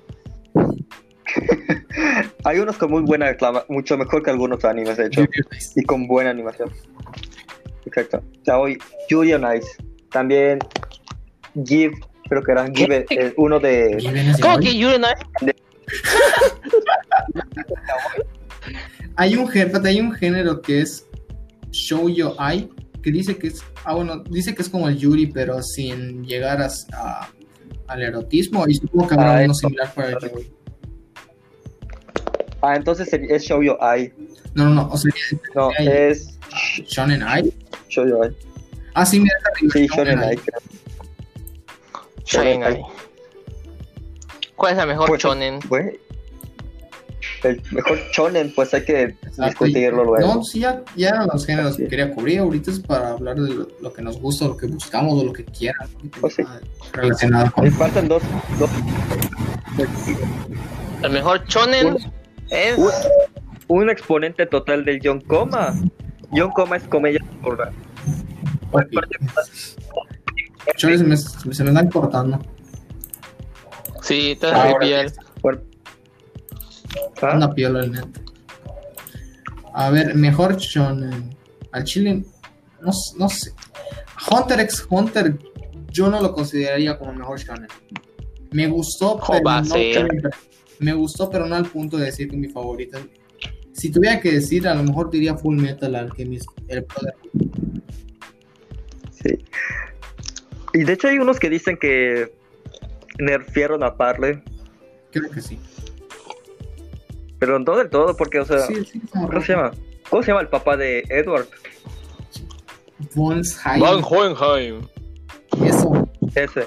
Speaker 2: Hay unos con muy buena reclama, mucho mejor que algunos animes, de hecho. Y con buena animación. Exacto. Ya hoy, Yuri on Ice. También Give, creo que era Give,
Speaker 3: ¿Qué?
Speaker 2: eh, uno de...
Speaker 1: ¿Quién viene
Speaker 3: ¿Cómo
Speaker 1: hoy?
Speaker 3: que Yuri no es?
Speaker 1: Hay un género, hay un género que es Shoujo Ai, que dice que es, ah, bueno, dice que es como el Yuri, pero sin llegar a, a- al erotismo, y supongo que habrá
Speaker 2: Ah,
Speaker 1: uno
Speaker 2: eso.
Speaker 1: similar para el Yuri.
Speaker 2: Ah, entonces sería- es Shoujo Ai.
Speaker 1: No, no, no, o sea,
Speaker 2: No,
Speaker 1: Ay.
Speaker 2: es
Speaker 1: Shonen Ai.
Speaker 2: Shoujo Ai.
Speaker 1: Ah, sí, mira, está arriba,
Speaker 2: Sí, Shonen Ai. creo.
Speaker 3: Shonen. ahí. ¿Cuál es la mejor
Speaker 2: Pues-
Speaker 3: Shonen?
Speaker 2: Güey. El mejor Shonen, pues hay que
Speaker 1: Exacto,
Speaker 2: discutirlo
Speaker 1: y-
Speaker 2: luego.
Speaker 1: No, sí, ya, ya eran los géneros que
Speaker 2: Sí.
Speaker 1: quería cubrir. Ahorita es para hablar de lo, lo que nos gusta, lo que buscamos o lo que quieran. ¿no?
Speaker 2: Pues sí.
Speaker 1: Relacionado
Speaker 2: Me
Speaker 1: con.
Speaker 2: faltan dos. dos
Speaker 3: El mejor Shonen
Speaker 2: pues,
Speaker 3: es.
Speaker 2: un, un exponente total del John Coma. John Coma es comedia absurda.
Speaker 1: Chores, se me, se me están cortando.
Speaker 3: Sí, te
Speaker 2: Ahora-
Speaker 3: vas bien.
Speaker 2: Bueno. ¿Ah?
Speaker 1: Una piola el net. A ver, mejor shonen. Al chile, no, s- no sé. Hunter x Hunter, yo no lo consideraría como mejor shonen. Me gustó, pero
Speaker 3: Joba,
Speaker 1: no,
Speaker 3: sí.
Speaker 1: me gustó, pero no al punto de decir que mi favorita. Si tuviera que decir, a lo mejor diría Full Metal Alchemist, el brother.
Speaker 2: Sí. Y de hecho hay unos que dicen que nerfearon a Parley,
Speaker 1: Creo que sí.
Speaker 2: pero no del todo, porque, o sea,
Speaker 1: Sí, sí, como
Speaker 2: ¿cómo se llama? ¿Cómo se llama el papá de Edward?
Speaker 1: Bonsai.
Speaker 3: Hohenheim.
Speaker 1: Eso.
Speaker 2: Ese. Eh,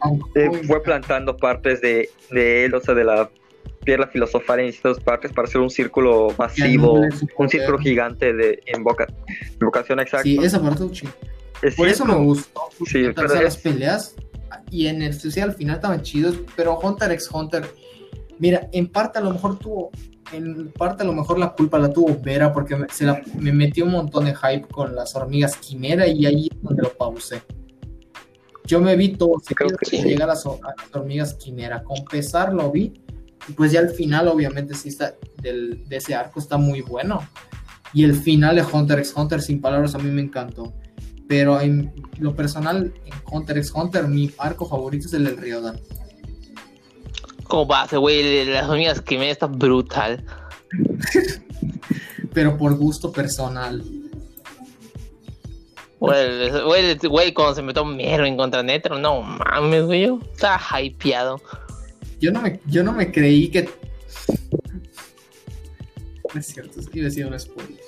Speaker 1: Aunque-
Speaker 2: fue plantando partes de, de él, o sea, de la piedra filosofal en distintas partes para hacer un círculo masivo,
Speaker 1: Ya no le
Speaker 2: un
Speaker 1: supo
Speaker 2: círculo gigante de invoca, invocación exacta.
Speaker 1: Sí, esa parte chingada.
Speaker 2: Es
Speaker 1: Por eso me gustó.
Speaker 2: Sí,
Speaker 1: Hunter,
Speaker 2: pero
Speaker 1: o sea,
Speaker 2: es-
Speaker 1: las peleas y en el especial al final estaban chidos, pero Hunter x Hunter, mira, en parte a lo mejor tuvo, en parte a lo mejor la culpa la tuvo Vera porque me, se la- me metió un montón de hype con las hormigas quimera y ahí es donde lo pausé. Yo me vi todo
Speaker 2: Creo
Speaker 1: seguido
Speaker 2: que
Speaker 1: sin
Speaker 2: sí.
Speaker 1: llegar a, so- a las hormigas quimera, con pesar lo vi y pues ya al final obviamente sí está del, de ese arco está muy bueno. Y el final de Hunter x Hunter, sin palabras, a mí me encantó. Pero en lo personal, en Hunter x Hunter, mi arco favorito es el del Ryodan.
Speaker 3: ¿Cómo va ese güey? Las hormigas que me está brutal.
Speaker 1: Pero por gusto personal.
Speaker 3: Güey, ese- Güey, ese güey, cuando se metió Mero en contra Netro, no mames, güey. yo Estaba hypeado.
Speaker 1: Yo no me, yo no me creí que. No es cierto, iba a decir un spoiler.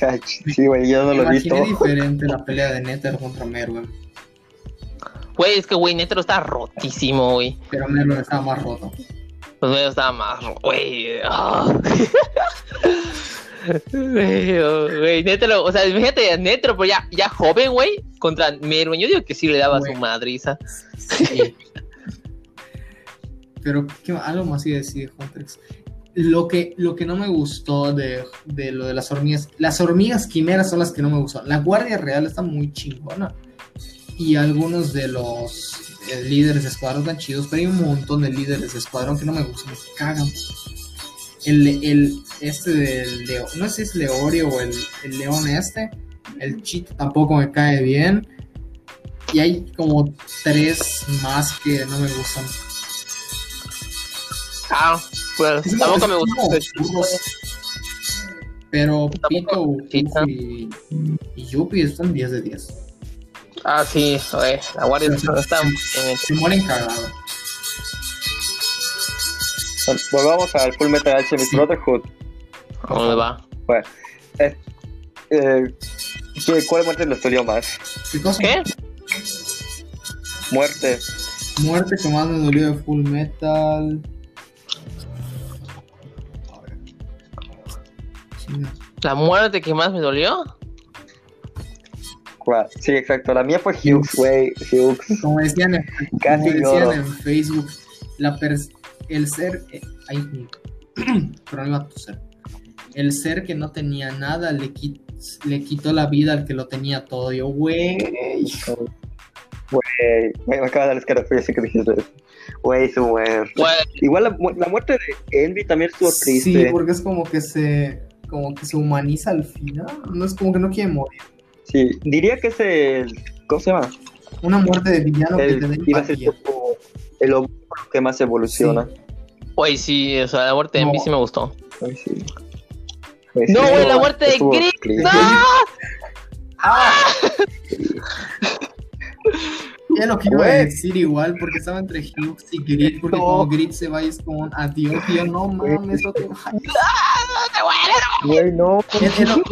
Speaker 2: Ay, Sí, güey, yo no
Speaker 1: Me
Speaker 2: lo he visto.
Speaker 1: imaginé diferente la pelea de Nether contra Merwin.
Speaker 3: Güey, es que güey, Netro está rotísimo, güey.
Speaker 1: Pero Merwin estaba más roto.
Speaker 3: Los medios estaban más, ro- güey. ah. [laughs] Güey, oh, güey, Netro, o sea, imagínate a Netro, pero ya, ya joven, güey, contra Mero. Yo digo que sí le daba
Speaker 1: Güey.
Speaker 3: su madriza.
Speaker 1: Sí. Pero ¿qué, ma- algo más iba a decir de Hunter x? Lo que, lo que no me gustó de, de lo de las hormigas, las hormigas quimeras son las que no me gustan. La Guardia Real está muy chingona. Y algunos de los eh, líderes de escuadrón están chidos, pero hay un montón de líderes de escuadrón que no me gustan, me cagan. El, el este del Leo, no sé si es Leorio o el, el león este, el chito tampoco me cae bien. Y hay como tres más que no me gustan.
Speaker 3: Ah, pues tampoco me gustó.
Speaker 1: Pero
Speaker 3: Tampoco
Speaker 1: Pito,
Speaker 3: Chita.
Speaker 1: Uf y, y Yuppie están 10 de 10.
Speaker 3: Ah, sí, güey, la guardia
Speaker 1: Sí, sí,
Speaker 3: no está.
Speaker 1: Se mueren cagados.
Speaker 2: Volvamos al Full Metal Alchemist
Speaker 1: Sí.
Speaker 2: Brotherhood.
Speaker 3: ¿Cómo le va?
Speaker 2: Bueno, eh, eh, ¿qué- ¿cuál muerte le estudió más?
Speaker 1: ¿Qué cosa?
Speaker 3: ¿Qué?
Speaker 2: Muerte.
Speaker 1: Muerte que más me dolió de Full Metal. A ver. Chinga.
Speaker 3: La muerte que más me dolió.
Speaker 2: ¿Cuál? Sí, exacto. La mía fue Hughes, güey. Hughes.
Speaker 1: Como decían, en-
Speaker 2: Casi
Speaker 1: como decían
Speaker 2: lloro.
Speaker 1: en Facebook, la pers- el ser. eh, ay, [clears throat] problema tu ser. El ser que no tenía nada le, qui- le quitó la vida al que lo tenía todo. Yo, güey.
Speaker 2: Güey, me me acaba de dar escalofrío así que dijiste eso. Güey, su muerte.
Speaker 3: Güey,
Speaker 2: Igual la, mu- la muerte de Envy también estuvo triste.
Speaker 1: Sí, porque es como que se. Como que se humaniza al final. No es como que no quiere morir.
Speaker 2: Sí, diría que es el. ¿Cómo se llama?
Speaker 1: Una muerte de villano
Speaker 2: El,
Speaker 1: que te dé
Speaker 2: iba a ser
Speaker 1: empatía.
Speaker 2: como el homúnculo que más evoluciona.
Speaker 3: Güey, pues sí, o sea, la muerte de
Speaker 1: No.
Speaker 3: mí sí me gustó.
Speaker 2: Ay, sí. Pues
Speaker 3: No,
Speaker 2: sí,
Speaker 3: güey, la muerte de
Speaker 2: estuvo
Speaker 3: Gris,
Speaker 2: triste.
Speaker 3: ¡No!
Speaker 1: Es lo que iba a
Speaker 2: Güey.
Speaker 1: decir igual, porque estaba entre Hughes y Grit, porque
Speaker 2: No.
Speaker 1: como Grit se va y es como un adiós, y yo no
Speaker 2: Güey.
Speaker 1: mames, otro hype.
Speaker 3: ¡No te mueres!
Speaker 2: Güey, no.
Speaker 1: Es, es lo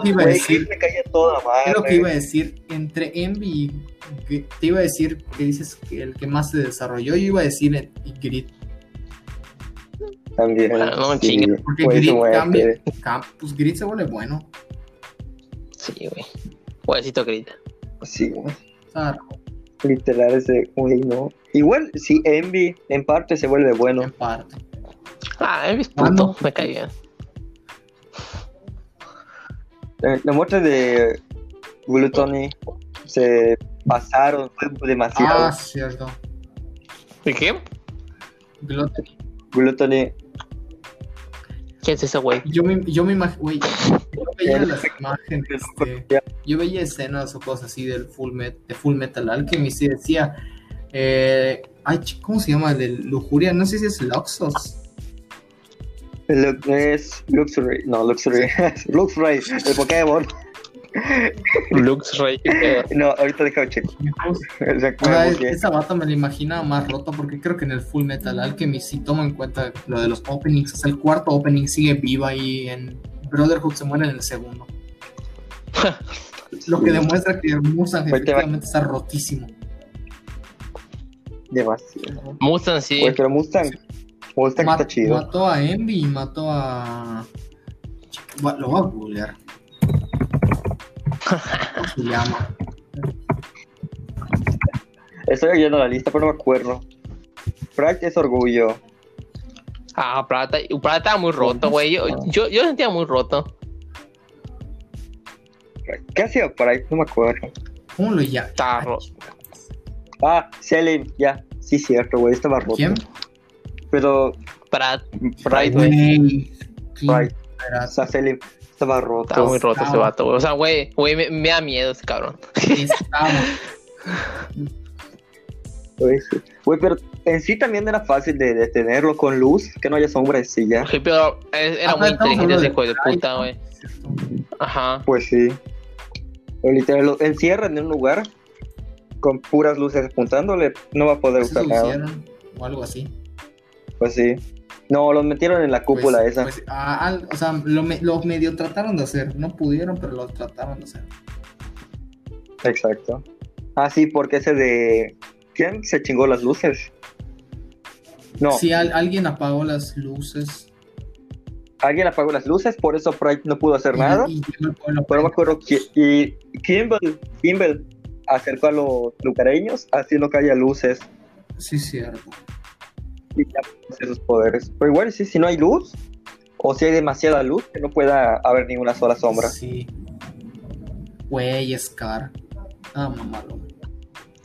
Speaker 1: que iba a decir, es lo que iba a
Speaker 2: Güey,
Speaker 1: decir,
Speaker 2: Gris me caía toda madre.
Speaker 1: es lo que iba a decir, entre Envy y Grit, te iba a decir que dices que el que más se desarrolló, yo iba a decir en- y Grit,
Speaker 2: También.
Speaker 3: Bueno, Ah, no me
Speaker 2: sí,
Speaker 3: chingues.
Speaker 1: porque
Speaker 2: güey, su
Speaker 1: Grit
Speaker 2: muerte.
Speaker 1: cambia, cam- pues Grit se vuelve bueno,
Speaker 3: Sí, güey. Güeycito grita.
Speaker 2: Sí, güey.
Speaker 1: o sea,
Speaker 2: Literal, ese güey, no. Igual, sí, Envy en parte se vuelve
Speaker 1: en
Speaker 2: bueno.
Speaker 1: parte.
Speaker 3: Ah, Elvis puto,
Speaker 1: Ah, no.
Speaker 3: me cae bien.
Speaker 2: Eh, La muerte de Gluttony se pasaron, fue demasiado.
Speaker 1: Ah, cierto,
Speaker 3: ¿Y qué?
Speaker 1: Gluttony.
Speaker 2: Gluttony,
Speaker 3: ¿Quién es ese güey?
Speaker 1: Yo me, yo me imagino, güey, yo veía
Speaker 2: El-
Speaker 1: las imágenes de... yo veía escenas o cosas así del full met, de Full Metal Alchemist y decía, eh, ay, ch- ¿cómo se llama? El De lujuria, no sé si es Luxos.
Speaker 2: Lu- es Luxury, no, Luxury, [laughs] Luxury, el Pokémon.
Speaker 3: Lux Rey.
Speaker 2: No, ahorita déjame [laughs] checo. Ah,
Speaker 1: O sea, es- esa bata me la imaginaba más rota porque creo que en el Full Metal Alchemist, si tomo en cuenta lo de los openings, o sea, el cuarto opening sigue viva y en Brotherhood se muere en el
Speaker 2: [laughs]
Speaker 1: segundo. Lo que demuestra que Mustang
Speaker 2: Ahí te va.
Speaker 1: efectivamente está rotísimo.
Speaker 2: Demasiado.
Speaker 3: Mustang, Pues sí.
Speaker 2: Güey, pero Mustang, Mustang
Speaker 1: Ma-
Speaker 2: Este está chido.
Speaker 1: Mató a Envy y mató a. Ch- va- Lo voy a googlear. ¿Cómo se llama?
Speaker 2: Estoy oyendo la lista, pero no me acuerdo. Pride es orgullo.
Speaker 3: Ah, Prata. Prata estaba muy roto, güey. Yo, yo, yo lo sentía muy roto.
Speaker 2: ¿Qué hacía Pride? No me acuerdo.
Speaker 1: ¿Cómo lo llama?
Speaker 3: Estaba roto.
Speaker 2: Ah, Selim, ya. Sí, cierto, güey, estaba roto.
Speaker 1: ¿Quién?
Speaker 2: Pero
Speaker 3: Prata
Speaker 2: Pride, güey,
Speaker 1: Güey. ¿Quién
Speaker 2: Pride.
Speaker 1: era?
Speaker 2: o sea, Selim estaba roto.
Speaker 3: estaba muy roto ese
Speaker 1: estaba-
Speaker 3: vato, güey. O sea, güey, güey, me, me da miedo ese cabrón.
Speaker 1: Estaba.
Speaker 2: Güey, sí. Güey, pero en sí también era fácil de detenerlo con luz, que no haya sombras y ya.
Speaker 3: Sí, Pero eh, era
Speaker 1: Ah, pero estamos
Speaker 3: muy inteligente ese
Speaker 1: hablando
Speaker 3: hijo de
Speaker 1: de
Speaker 3: puta, güey. Ajá.
Speaker 2: Pues sí. Pero literal, lo encierran en un lugar con puras luces apuntándole, no va a poder
Speaker 1: ¿Se
Speaker 2: usar nada.
Speaker 1: seducieron o algo así?
Speaker 2: Pues sí. No, los metieron en la cúpula
Speaker 1: Pues-
Speaker 2: esa.
Speaker 1: pues, ah, al- o sea, lo, me- lo medio trataron de hacer. No pudieron, pero lo trataron de hacer.
Speaker 2: Exacto. Ah, sí, porque ese de. ¿Quién se chingó las luces? No,
Speaker 1: Si al- alguien apagó las luces.
Speaker 2: alguien apagó las luces, por eso Pride no pudo hacer
Speaker 1: y-
Speaker 2: nada.
Speaker 1: Y, llegó el pueblo.
Speaker 2: Pero no me acuerdo quién. Y Kimball, Kimball acercó a los lucareños, así no caía luces
Speaker 1: Sí, cierto.
Speaker 2: y ya puede sus poderes. Pero igual, sí, si no hay luz, o si hay demasiada luz, que no pueda haber ninguna sola sombra.
Speaker 1: Sí. Güey, Scar. Ah, mamalón.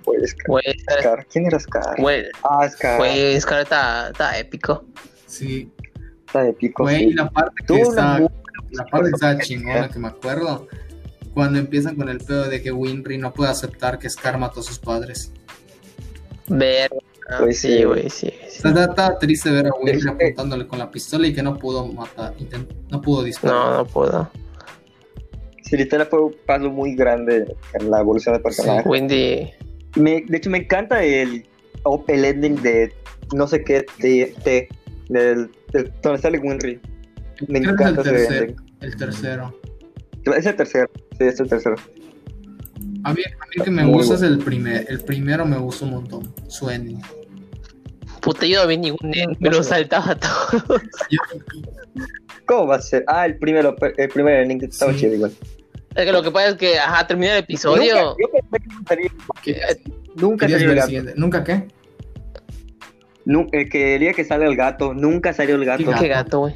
Speaker 2: Pues, Scar.
Speaker 3: Güey, Scar-
Speaker 2: Scar. ¿Quién era Scar?
Speaker 3: güey,
Speaker 2: Ah, Scar.
Speaker 3: güey, Scar está, está épico.
Speaker 1: Sí,
Speaker 2: Está épico.
Speaker 1: güey,
Speaker 2: sí.
Speaker 1: y la parte que
Speaker 2: Tuvo una
Speaker 1: está,
Speaker 2: muy-
Speaker 1: la parte que está chingona que me acuerdo, cuando empiezan con el pedo de que Winry no puede aceptar que Scar mató a sus padres.
Speaker 3: Ver. ah,
Speaker 2: Pues sí.
Speaker 3: sí, güey, sí. sí.
Speaker 1: Está, está- está triste ver a Winry
Speaker 2: Eh, eh.
Speaker 1: apuntándole con la pistola y que no pudo matar, intent- no pudo disparar.
Speaker 3: No, no puedo.
Speaker 2: Sí, literal fue un paso muy grande en la evolución del personaje.
Speaker 3: Wendy.
Speaker 2: Me- de hecho, me encanta el, op- el ending de no sé qué, de, de- del- del- donde sale Winry. Me
Speaker 1: Creo que
Speaker 2: encanta
Speaker 1: es el
Speaker 2: ese
Speaker 1: tercero,
Speaker 2: ending.
Speaker 1: el tercero.
Speaker 2: Es el tercero, sí, es el tercero.
Speaker 1: A mí, a mí el que me
Speaker 2: Muy
Speaker 1: gusta es el primer, el primero me gusta un montón, su ending.
Speaker 3: Puta, yo no vi ningún end, me lo saltaba todo.
Speaker 1: Yo,
Speaker 2: ¿Cómo va a ser? Ah, el primero, el primer Link estaba
Speaker 1: Sí.
Speaker 2: chido igual.
Speaker 3: Es que lo que pasa es que, ajá, termina el episodio.
Speaker 2: Nunca, yo pensé que sería-
Speaker 1: ¿Qué?
Speaker 2: nunca
Speaker 1: ¿Querías
Speaker 2: salió
Speaker 1: ver
Speaker 2: el
Speaker 1: el
Speaker 2: gato.
Speaker 1: siguiente? ¿Nunca qué?
Speaker 2: Nu- eh, quería que salga el gato. Nunca salió el gato.
Speaker 1: Nunca.
Speaker 3: Qué gato, güey.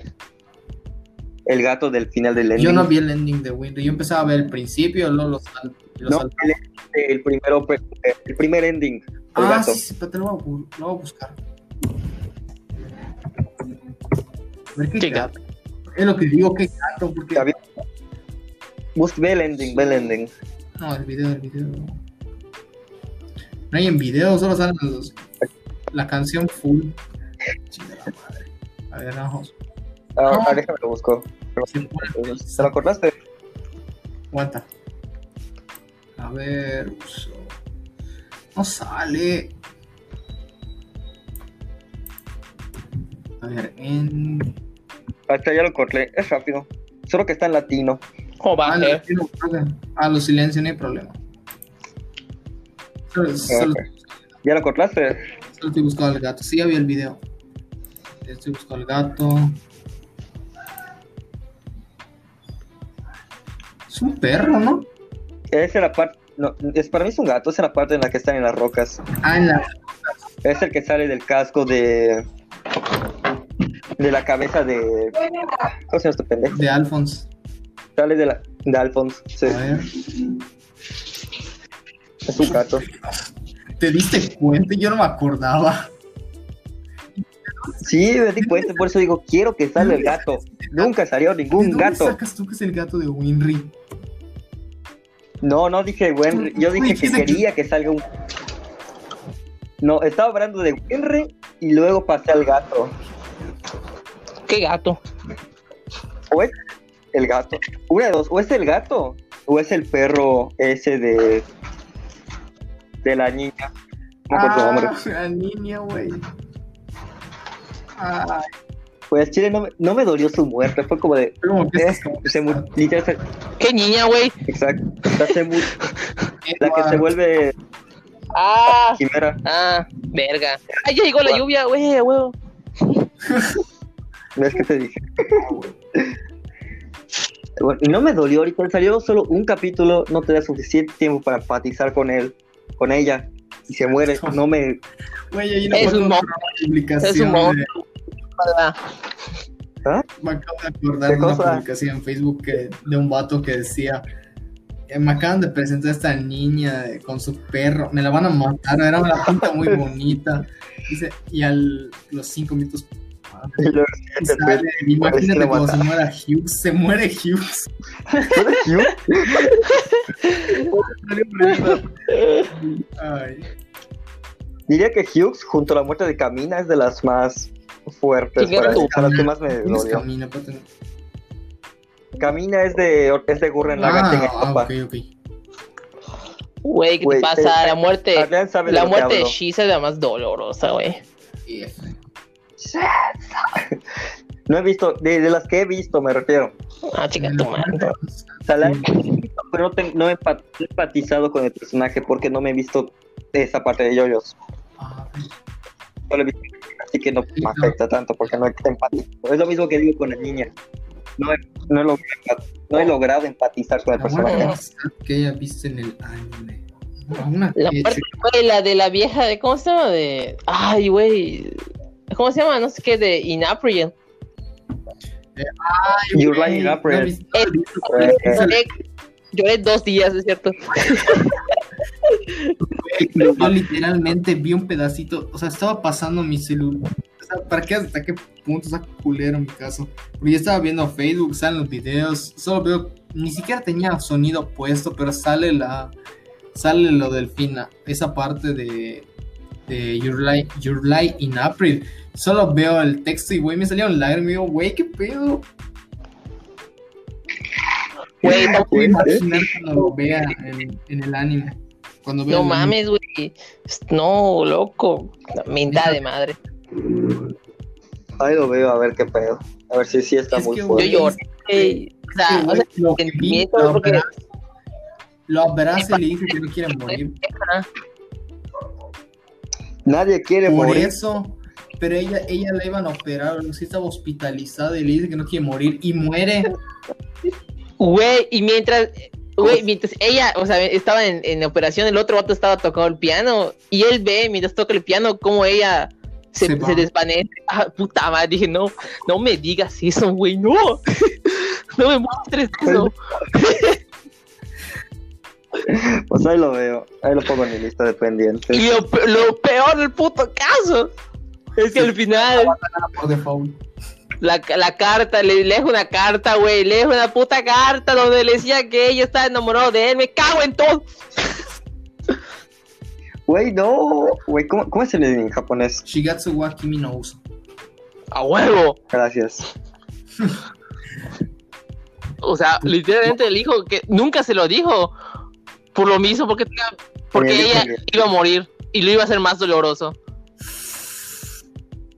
Speaker 2: El gato del final del ending.
Speaker 1: Yo no vi el ending de Windows. Yo empezaba a ver el principio, luego los sal- los
Speaker 2: No,
Speaker 1: sal-
Speaker 2: el, el primero, pues, eh, el primer ending. El
Speaker 1: Ah,
Speaker 2: gato.
Speaker 1: sí, sí, espérate, lo voy a, bu- lo voy a buscar. A ver, ¿qué
Speaker 3: Qué
Speaker 1: gato? Es lo que digo, qué gato, porque...
Speaker 2: Está bien. Bus- ve el ending, ve el ending.
Speaker 1: No, el video, el video. No No hay en video, solo salen los, la canción full. Chinga la madre. A ver, vamos.
Speaker 2: Ah,
Speaker 1: No.
Speaker 2: ah, déjame lo busco.
Speaker 1: Se pone-
Speaker 2: ¿Se lo acordaste?
Speaker 1: Aguanta. A ver, uso. No sale. A ver, en.
Speaker 2: Hasta Ah, ya lo corté. Es rápido. Solo que está en latino.
Speaker 3: O
Speaker 1: Ah,
Speaker 3: baje.
Speaker 1: lo, silencio, creo que- ah, lo silencio, no hay problema. Solo, solo-
Speaker 2: Ah, ¿Ya lo cortaste?
Speaker 1: solo estoy buscando al gato. Sí, ya vi el video. Estoy buscando al gato. Es un perro, ¿no?
Speaker 2: Es en la parte. No, es, para mí es un gato, es en la parte en la que están en las rocas.
Speaker 1: Ah, en la-
Speaker 2: Es el que sale del casco de. De la cabeza de. ¿Cómo se llama este pendejo?
Speaker 1: de Alphonse.
Speaker 2: Sale de la. De Alphonse. Sí,
Speaker 1: A ver.
Speaker 2: es un gato.
Speaker 1: ¿Te diste cuenta? Yo no me acordaba.
Speaker 2: Sí, me di cuenta, por eso digo, quiero que salga el gato. Nunca salió
Speaker 1: ¿De
Speaker 2: ningún
Speaker 1: dónde
Speaker 2: gato.
Speaker 1: sacas tú que es el gato de Winry?
Speaker 2: No, no dije Wenry. Yo
Speaker 1: Tú
Speaker 2: dije que
Speaker 1: dijiste que-
Speaker 2: quería que salga un. No, estaba hablando de Wenry y luego pasé al gato.
Speaker 3: Qué gato.
Speaker 2: O es el gato. Una de dos, o es el gato, o es el perro ese de. de la niña. No me acuerdo su nombre.
Speaker 1: la Ah, niña, güey. Ah,
Speaker 2: Pues Chile no me, no me dolió su muerte, fue como de.
Speaker 1: como que
Speaker 2: eh,
Speaker 1: estás como-
Speaker 2: se mu- literal, se-
Speaker 3: Qué niña, güey.
Speaker 2: exacto. O sea, se mu- la que se vuelve
Speaker 3: Ah,
Speaker 2: quimera.
Speaker 3: ah, verga. Ay, ya llegó la lluvia, güey, güey.
Speaker 2: ¿Ves que te dije? Bueno, y no me dolió ahorita, salió solo un capítulo, no te da suficiente tiempo para empatizar con él, con ella, y se muere, no me...
Speaker 1: Güey, ahí no
Speaker 3: Es un
Speaker 1: encuentro
Speaker 3: monstruo.
Speaker 1: una publicación
Speaker 3: Es un
Speaker 1: de-
Speaker 3: monstruo. Ah,
Speaker 1: Me acabo de acordar de
Speaker 2: ¿Qué
Speaker 1: una
Speaker 2: cosa?
Speaker 1: publicación en Facebook que, de un vato que decía: eh, Me acaban de presentar a esta niña de- con su perro, me la van a matar, era una pinta
Speaker 2: [laughs]
Speaker 1: muy bonita. Dice, y a los cinco minutos
Speaker 2: Este
Speaker 1: sale,
Speaker 2: la
Speaker 1: imagínate cómo
Speaker 2: mata.
Speaker 1: se muera Hughes, se muere Hughes. Ay,
Speaker 2: Diría que Hughes, junto a la muerte de Camina, es de las más fuertes,
Speaker 3: ¿Quién
Speaker 2: para
Speaker 3: era
Speaker 2: mí,
Speaker 3: tu
Speaker 2: son las que más me
Speaker 1: ¿cómo se
Speaker 2: dolió.
Speaker 1: camina, pato?
Speaker 2: Camina es de, es de Gurren Lagann en
Speaker 1: Ah, ah,
Speaker 2: Europa.
Speaker 1: ok, ok.
Speaker 3: Güey, ¿qué
Speaker 2: Güey,
Speaker 3: te pasa?
Speaker 2: eh,
Speaker 3: La muerte.
Speaker 2: Arlean sabe de
Speaker 3: La
Speaker 2: lo que
Speaker 3: muerte de
Speaker 2: hablo.
Speaker 3: Shisa es la más dolorosa, güey.
Speaker 1: Y-
Speaker 2: [laughs] No he visto, de, de las que he visto, me refiero.
Speaker 3: Ah, chica, tu madre.
Speaker 2: O sea, la- pero no, te- no he empa- no he empatizado con el personaje porque no me he visto esa parte de yoyos.
Speaker 1: Ah,
Speaker 2: No lo he visto, así que no me afecta tanto porque no he empatizado. Es lo mismo que digo con la niña. No he, no he logrado, empat- no he logrado empatizar con el
Speaker 1: La muerte
Speaker 2: personaje.
Speaker 1: más sad que haya visto en el anime. Una
Speaker 3: La
Speaker 1: que-
Speaker 3: muerte, güey, la de la vieja de. ¿Cómo se llama? De. Ay, güey. ¿Cómo se llama? No sé qué, de Inaprien.
Speaker 1: Ay,
Speaker 2: You're
Speaker 1: güey,
Speaker 2: lining up,
Speaker 1: no he
Speaker 2: Red.
Speaker 1: visto-
Speaker 3: Eh,
Speaker 2: Eh, eh.
Speaker 3: Lloré, lloré dos días, es cierto.
Speaker 1: Yo literalmente vi un pedacito, o sea, estaba pasando mi celular. O sea, ¿para qué hasta qué punto está culero mi caso? Porque yo estaba viendo Facebook, salen los videos, solo veo, ni siquiera tenía sonido puesto, pero sale la, sale lo del final, esa parte de, de Your Life, Your Lie in April. Solo veo el texto y, güey, me salieron lágrimas y digo, güey, qué pedo.
Speaker 3: Güey,
Speaker 1: no
Speaker 3: no
Speaker 1: puedo
Speaker 2: puedes.
Speaker 1: imaginar cuando lo vea en, en el anime. Cuando vea
Speaker 3: No
Speaker 1: el anime.
Speaker 3: mames, güey. No, loco. Mentada de madre.
Speaker 2: Ahí lo veo, a ver qué pedo. A ver si sí está
Speaker 1: Es
Speaker 2: muy
Speaker 1: que,
Speaker 3: Yo
Speaker 2: fuerte.
Speaker 1: güey,
Speaker 3: lloré. güey. O sea, o sea,
Speaker 1: Sí, güey, lo que vi,
Speaker 3: sentimiento,
Speaker 1: lo
Speaker 3: porque-
Speaker 1: abraza, lo abraza y le dice que no quiere morir.
Speaker 2: Nadie quiere
Speaker 1: Por
Speaker 2: morir.
Speaker 1: eso pero ella, ella la iban a operar, o sí estaba hospitalizada y le dice que no quiere morir y muere.
Speaker 3: Güey, y mientras, güey, mientras ella, o sea, estaba en, en operación, el otro vato estaba tocando el piano y él ve mientras toca el piano cómo ella se,
Speaker 1: Se va.
Speaker 3: se desvanece. Ah, puta madre, dije, no, no me digas eso, güey, no. no me muestres eso.
Speaker 2: Pues ahí lo veo. Ahí lo pongo en mi lista de pendientes.
Speaker 3: Y lo, pe- lo peor del puto caso es que al final
Speaker 1: Por default.
Speaker 3: la, la carta, le, le dejo una carta, güey, le dejo una puta carta donde le decía que ella estaba enamorada de él, me cago en todo.
Speaker 2: Güey, no. Güey, ¿cómo, ¿cómo se le dice en japonés?
Speaker 1: Shigatsu wa Kimi no Uso.
Speaker 3: A huevo.
Speaker 2: Gracias.
Speaker 3: O sea,
Speaker 1: Pues,
Speaker 3: literalmente el hijo que nunca se lo dijo. Por lo mismo, porque, tenía- porque
Speaker 2: Oye,
Speaker 3: ella
Speaker 2: déjame.
Speaker 3: iba a morir y lo iba a hacer más doloroso.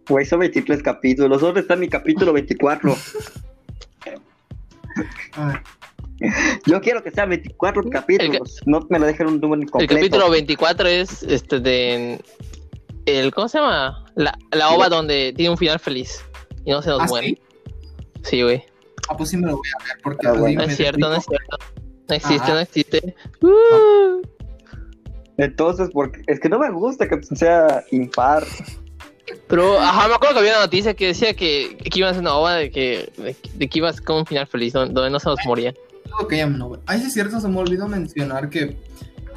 Speaker 2: Güey, son 23 capítulos. ¿Dónde está mi capítulo 24?
Speaker 1: Ay,
Speaker 2: Yo quiero que sea 24 capítulos. No me lo dejen un número incompleto.
Speaker 3: El capítulo 24 es este de. El, ¿Cómo se llama? La, la ova donde tiene un final feliz y no se nos
Speaker 1: ¿Ah,
Speaker 3: muere.
Speaker 1: sí?
Speaker 3: Sí, güey.
Speaker 1: Ah, pues sí me lo voy a ver porque
Speaker 2: Ah,
Speaker 1: así
Speaker 2: bueno.
Speaker 3: No
Speaker 1: me
Speaker 3: es cierto, no es
Speaker 1: deprimo.
Speaker 3: cierto. No existe,
Speaker 1: Ajá. Ah.
Speaker 3: no existe. Uh,
Speaker 2: Entonces, porque es que no me gusta que sea impar.
Speaker 3: pero, ajá, me acuerdo que había una noticia que decía que, que iba a ser una ova de que, de, de que iba a ser como un final feliz, donde, donde no se nos moría.
Speaker 1: Creo que ya no, güey. Ay, sí es cierto, se me olvidó mencionar que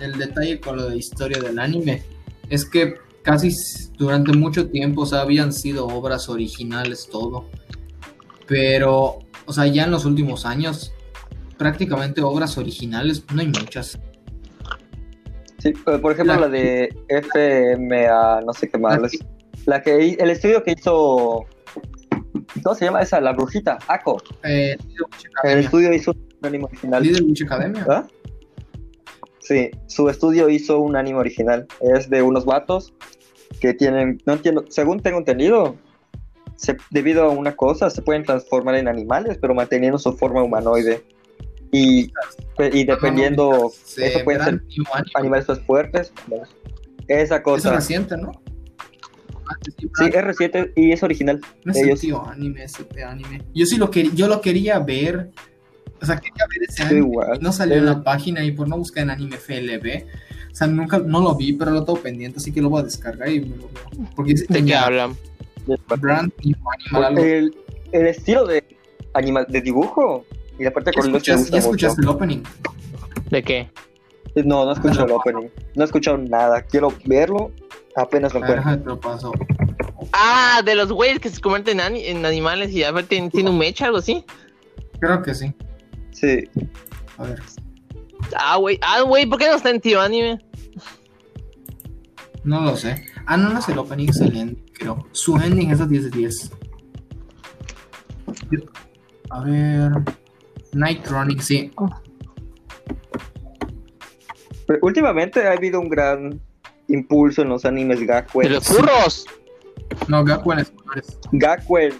Speaker 1: el detalle con lo de historia del anime es que casi s- durante mucho tiempo, o sea, habían sido obras originales todo. Pero, o sea, ya en los últimos años, prácticamente obras originales, no hay muchas.
Speaker 2: Sí, eh, por ejemplo,
Speaker 1: La-
Speaker 2: la, de FMA, no sé qué más.
Speaker 1: La-
Speaker 2: La que hi- el estudio que hizo. ¿Cómo se llama esa? La brujita, Ako.
Speaker 1: Eh, Little Witch
Speaker 2: El
Speaker 1: Academia.
Speaker 2: estudio hizo un anime original.
Speaker 1: Little Witch Academia.
Speaker 2: ¿Ah? Sí, su estudio hizo un anime original. Es de unos vatos que tienen. No entiendo. Según tengo entendido, se- debido a una cosa, se pueden transformar en animales, pero manteniendo su forma humanoide. Y, y dependiendo.
Speaker 1: Ah, Se
Speaker 2: eso puede
Speaker 1: verá
Speaker 2: ser
Speaker 1: el mismo anime.
Speaker 2: animales más fuertes. Esa
Speaker 1: Es
Speaker 2: cosa.
Speaker 1: reciente, ¿no? Ah, sí,
Speaker 2: Sí, es reciente y es original.
Speaker 1: No es
Speaker 2: Ellos-
Speaker 1: tío anime, ese pe- anime. Yo sí lo quería, yo lo quería ver. O sea, quería ver ese
Speaker 2: Sí,
Speaker 1: anime.
Speaker 2: igual.
Speaker 1: No salió en
Speaker 2: Eh,
Speaker 1: la página y por no buscar en anime FLB. O sea, nunca, no lo vi, pero lo tengo pendiente, así que lo voy a descargar y me lo veo. Porque es
Speaker 3: ¿De qué hablan?
Speaker 1: Brand New Animal, algo.
Speaker 2: El, el estilo de, anima- de dibujo y la parte
Speaker 1: ¿Ya
Speaker 2: con los que
Speaker 1: escuchas-
Speaker 2: gusta
Speaker 1: ya escuchaste
Speaker 2: mucho.
Speaker 1: el opening? Ah,
Speaker 3: ¿De qué?
Speaker 2: No, no he escuchado el opening. No he escuchado nada. Quiero verlo. Apenas lo
Speaker 1: A ver,
Speaker 2: encuentro.
Speaker 1: déjame te lo paso.
Speaker 3: Ah, de los güeyes que se convierten en, ani- en animales y a ver, tiene, tiene un mecha, algo así.
Speaker 1: Creo que sí.
Speaker 2: Sí.
Speaker 1: A ver.
Speaker 3: Ah, güey, ah, güey, ¿por qué no está en tío anime?
Speaker 1: No lo sé. Ah, no, no es el opening, es el ending, creo. Su ending es a 10 de 10. A ver. Night Running, sí.
Speaker 2: Pero últimamente ha habido un gran impulso en los animes
Speaker 3: De
Speaker 2: Gakuen.
Speaker 3: los furros.
Speaker 1: No, Gaku en las colores.
Speaker 2: Gakuen,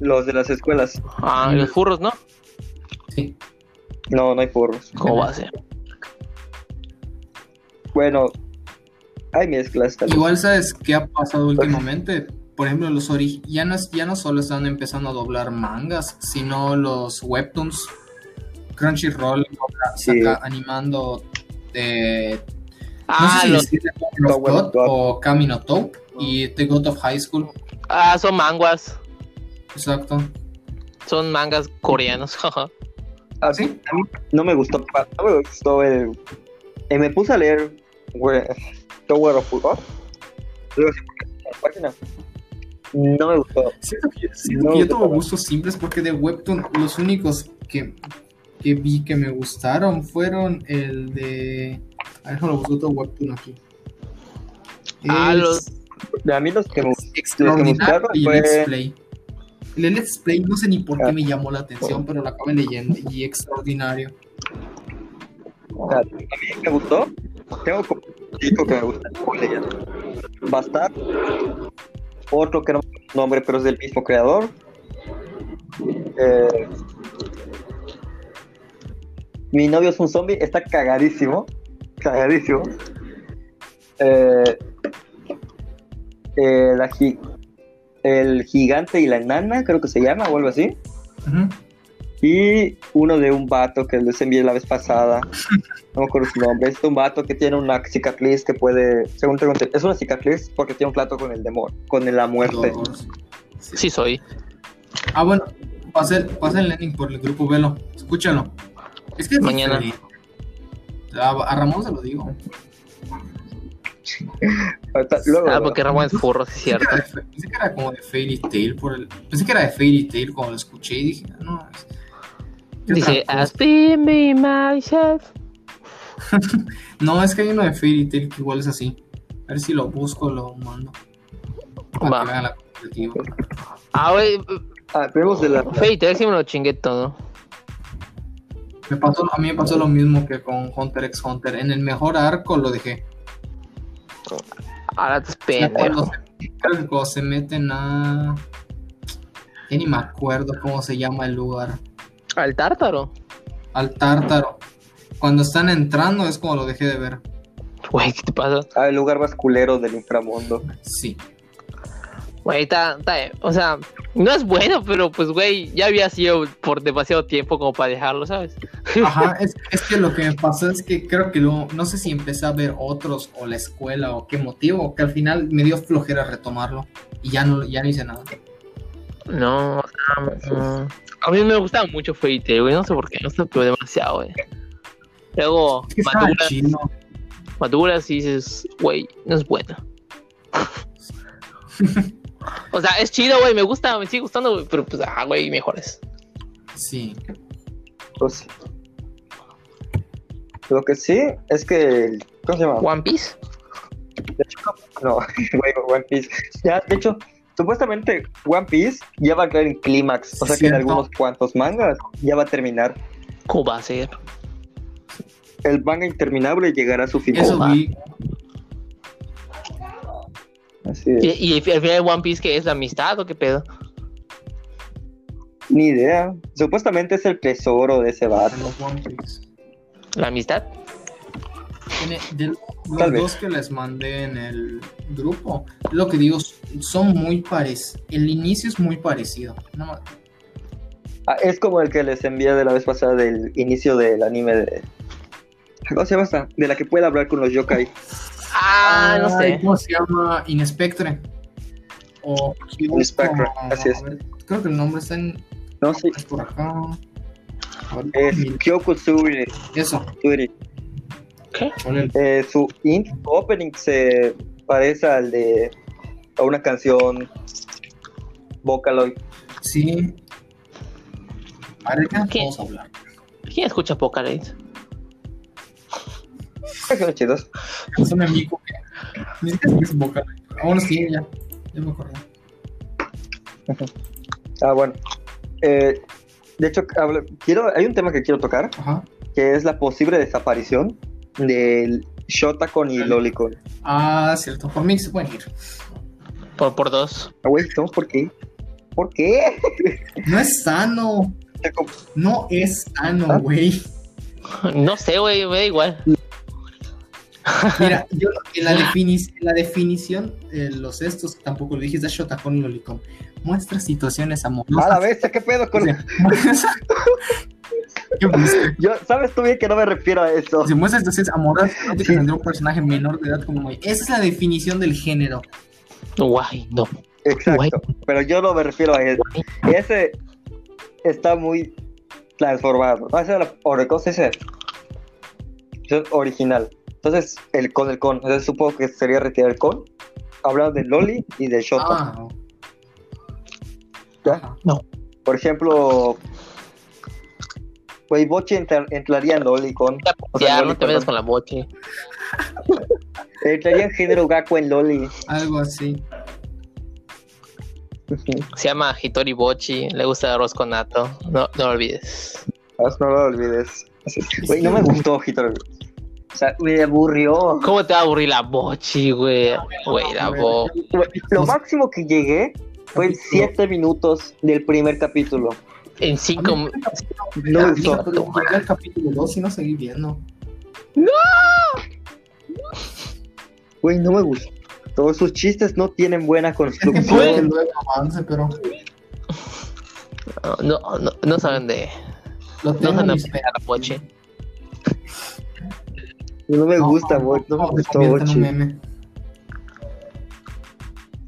Speaker 2: los de las escuelas.
Speaker 3: Ah, de los furros, ¿no?
Speaker 1: Sí.
Speaker 2: No, no hay porros.
Speaker 3: ¿Cómo va a ser?
Speaker 2: Bueno, hay mezclas tal vez.
Speaker 1: Igual sabes qué ha pasado últimamente. Por ejemplo, los ori ya no, es- ya no solo están empezando a doblar mangas, sino los webtoons. Crunchyroll dobla-
Speaker 2: Sí.
Speaker 1: saca- animando eh,
Speaker 3: Ah,
Speaker 1: no sé si
Speaker 3: los,
Speaker 1: decir The Power of
Speaker 2: Tower of
Speaker 1: God
Speaker 2: God.
Speaker 1: o Camino Top y The God of High School.
Speaker 3: ah, son manguas.
Speaker 1: Exacto.
Speaker 3: Son mangas coreanos. [laughs] jaja.
Speaker 2: Ah,
Speaker 1: ¿Sí?
Speaker 2: no me gustó, pa- no me gustó el... eh, me puse a leer we- Tower of God. Luego sí, porque en la página. No me gustó.
Speaker 1: Siento que, siento
Speaker 2: No,
Speaker 1: que yo
Speaker 2: te
Speaker 1: tengo
Speaker 2: pago.
Speaker 1: gustos simples porque de Webtoon los únicos que, que vi que me gustaron fueron el de... A ver, lo busco otro Webtoon aquí.
Speaker 3: Ah, los-
Speaker 2: A mí los que me gust-
Speaker 1: Extraordinario
Speaker 2: los que
Speaker 1: y el
Speaker 2: buscaron fue-
Speaker 1: Let's Play. El Let's Play no sé ni por qué
Speaker 2: Ah.
Speaker 1: me llamó la atención, pero lo acabé leyendo y extraordinario.
Speaker 2: a mí me gustó. Tengo como cinco que me gustan. voy leyendo. Bastard. Otro que no me acuerdo el nombre, pero es del mismo creador. Eh, Mi novio es un zombie. Está cagadísimo. Cagadísimo. Eh, eh, la, gi- El gigante y la enana, creo que se llama, o algo así.
Speaker 1: Ujú.
Speaker 2: Y uno de un vato que les envié la vez pasada. No me acuerdo su nombre. Es de un vato que tiene una cicatriz que puede. Según tengo entendido, Es una cicatriz porque tiene un plato con el demonio. Con la muerte.
Speaker 1: Todos. Sí.
Speaker 3: Sí soy.
Speaker 1: Ah, bueno, pasé, pasé el link por el grupo, velo, escúchalo. Es que es
Speaker 3: Mañana.
Speaker 1: diferente. A, a Ramón se lo digo.
Speaker 2: Ahorita- luego,
Speaker 3: Ah,
Speaker 2: luego.
Speaker 3: porque Ramón es furro, sí
Speaker 1: Pensé
Speaker 3: es cierto.
Speaker 1: que, era de, fe- pensé que era como de Fairy Tail por el. Pensé que era de Fairy Tail cuando lo escuché y dije, "Ah, no, es. ¿qué
Speaker 3: Dice,
Speaker 1: otra cosa?
Speaker 3: I've been by myself.
Speaker 1: No, es que hay uno de Fairy Tail que igual es así. A ver si lo busco, lo mando. Para
Speaker 3: Va.
Speaker 1: que vean la comparativa.
Speaker 3: Ah, güey,
Speaker 2: Ah, hablemos de la.
Speaker 3: Fate, sí me lo chingué todo.
Speaker 1: Me pasó, a mí me pasó lo mismo que con Hunter x Hunter. En el mejor arco lo dejé.
Speaker 3: Ahora tus
Speaker 1: Ya
Speaker 3: pendejos.
Speaker 1: Cuando se, cuando se meten a. Ya ni me acuerdo cómo se llama el lugar.
Speaker 3: Al tártaro.
Speaker 1: Al tártaro. Cuando están entrando es como lo dejé de ver.
Speaker 3: Güey, ¿qué te pasa?
Speaker 2: Ah, el lugar más culero del inframundo.
Speaker 1: Sí.
Speaker 3: Güey, está, está- o sea, no es bueno, pero pues, güey, ya había sido por demasiado tiempo como para dejarlo, ¿sabes?
Speaker 1: [laughs] Ajá, es, es que lo que me pasó es que creo que luego, no sé si empecé a ver otros o la escuela o qué motivo, que al final me dio flojera retomarlo y ya no, ya no hice nada.
Speaker 3: [laughs] No, o sea, no. a mí me gustaba mucho Fate, Tail, güey, no sé por qué, no sé, pero demasiado, güey. Luego,
Speaker 1: Es que estaba
Speaker 3: maduras,
Speaker 1: chido.
Speaker 3: maduras y dices, güey, no es
Speaker 1: [laughs]
Speaker 3: bueno. o sea, es chido, güey, me gusta, me sigue gustando, güey, pero pues, ah, güey, mejores.
Speaker 1: Sí.
Speaker 2: Pues, lo que sí es que. ¿Cómo se llama?
Speaker 3: One Piece.
Speaker 2: De hecho, no, [laughs] güey, One Piece. Ya, de hecho, supuestamente One Piece ya va a caer en clímax. O sea que en
Speaker 1: Cierto.
Speaker 2: algunos cuantos mangas ya va a terminar.
Speaker 3: ¿Cómo va a ser?
Speaker 2: El manga interminable llegará a su final.
Speaker 1: Eso vi.
Speaker 2: Así es.
Speaker 3: ¿Y, y al final de One Piece que es la amistad o qué pedo?
Speaker 2: Ni idea. Supuestamente es el tesoro de ese
Speaker 1: en
Speaker 2: vato.
Speaker 1: los One Piece.
Speaker 3: ¿La amistad?
Speaker 1: En el- de los
Speaker 2: Tal vez.
Speaker 1: dos que les mandé en el grupo, lo que digo, son muy parecidos. El inicio es muy parecido. No ma-
Speaker 2: Ah, es como el que les envié de la vez pasada del inicio del anime de. ¿Cómo se llama esta? De la que puede hablar con los yokai.
Speaker 3: Ah, no
Speaker 1: Ay,
Speaker 3: sé.
Speaker 1: ¿Cómo se llama? Inspectre. O
Speaker 2: Inspectre, así es.
Speaker 1: a ver, creo que el nombre está en,
Speaker 2: No sé.
Speaker 1: es por acá. A ver,
Speaker 2: Es
Speaker 1: mira,
Speaker 2: Kyoku Tsuri.
Speaker 1: Eso.
Speaker 2: Tsuri.
Speaker 1: ponle el-
Speaker 2: Eh, su in- opening se parece al de a una canción Vocaloid. [laughs]
Speaker 1: Sí. Ahora
Speaker 3: ¿Qué?
Speaker 1: vamos a hablar.
Speaker 3: ¿Quién escucha Apocalypse?
Speaker 2: Son chidos.
Speaker 1: Es un amigo que. Ni siquiera sé qué Ah, es vocal. Aún sí, ya. Ya me acordé.
Speaker 2: Ah, bueno. Eh, de hecho, habla- quiero, hay un tema que quiero tocar,
Speaker 1: Ajá.
Speaker 2: que es la posible desaparición del Shotacon y Lolicon.
Speaker 1: Ah, cierto. Por mí se pueden ir.
Speaker 3: Por, por dos.
Speaker 2: Ah, güey, ¿no? ¿por qué? ¿Por qué?
Speaker 1: No es sano.
Speaker 2: Se com-
Speaker 1: No es
Speaker 2: ¿Ah?
Speaker 1: sano,
Speaker 2: [laughs]
Speaker 1: güey.
Speaker 3: No sé, güey, me da igual.
Speaker 1: Mira, yo en la, defini- en la definición, eh, los estos, tampoco lo dije, es de Shotacón y Lolicom. Muestra situaciones
Speaker 2: A la
Speaker 1: amorosas.
Speaker 2: vez, ¿qué pedo
Speaker 1: O [laughs]
Speaker 2: con
Speaker 1: sea, muestra- ¿Qué busca?
Speaker 2: Yo, ¿Sabes tú bien que no me refiero a eso?
Speaker 1: Si muestra situaciones amorosas, no te tendrá un personaje menor de edad como May. Esa es la definición del género.
Speaker 3: Guay, no. Güey.
Speaker 2: Exacto, pero yo no me refiero a eso. Ese está muy transformado. No, ese era or- ¿cómo se dice? Ese es original. Entonces, el con el con. Entonces, supongo que sería retirar el con. Hablando de Loli y de Shota.
Speaker 1: Ah,
Speaker 2: ¿ya?
Speaker 1: ajá.
Speaker 2: Por ejemplo, güey, Bochi entrar- entraría en Loli con. O sea,
Speaker 3: Ya,
Speaker 2: Loli,
Speaker 3: no te metas
Speaker 2: perdón.
Speaker 3: con la boche.
Speaker 2: Entraría en género Gaku en Loli.
Speaker 1: algo así.
Speaker 3: Se llama Hitori Bochi, le gusta el arroz con nato. No, no lo olvides.
Speaker 2: Ah, no lo olvides. Güey, no me gustó, Hitor. O sea, me aburrió.
Speaker 3: ¿Cómo te va a aburrir la bochi, güey? Güey, la bo...
Speaker 2: Lo máximo que llegué fue en
Speaker 1: Capítulo.
Speaker 2: 7 minutos del primer capítulo.
Speaker 3: En cinco...
Speaker 1: A mí-
Speaker 2: No
Speaker 1: Ah,
Speaker 2: me gustó.
Speaker 1: pero llegué al capítulo 2 y no seguí viendo.
Speaker 2: Güey, no me gustó. Todos sus chistes no tienen buena
Speaker 1: Puede que
Speaker 2: construcción.
Speaker 1: luego avance, pero
Speaker 3: No, no, no, no saben de.
Speaker 1: lo
Speaker 3: No
Speaker 1: tengo
Speaker 3: saben
Speaker 1: en mis
Speaker 3: apreciar a Poche.
Speaker 2: No me gusta, Boch, no me
Speaker 1: se
Speaker 2: gustó
Speaker 1: convierte en un
Speaker 2: Bochi.
Speaker 1: meme.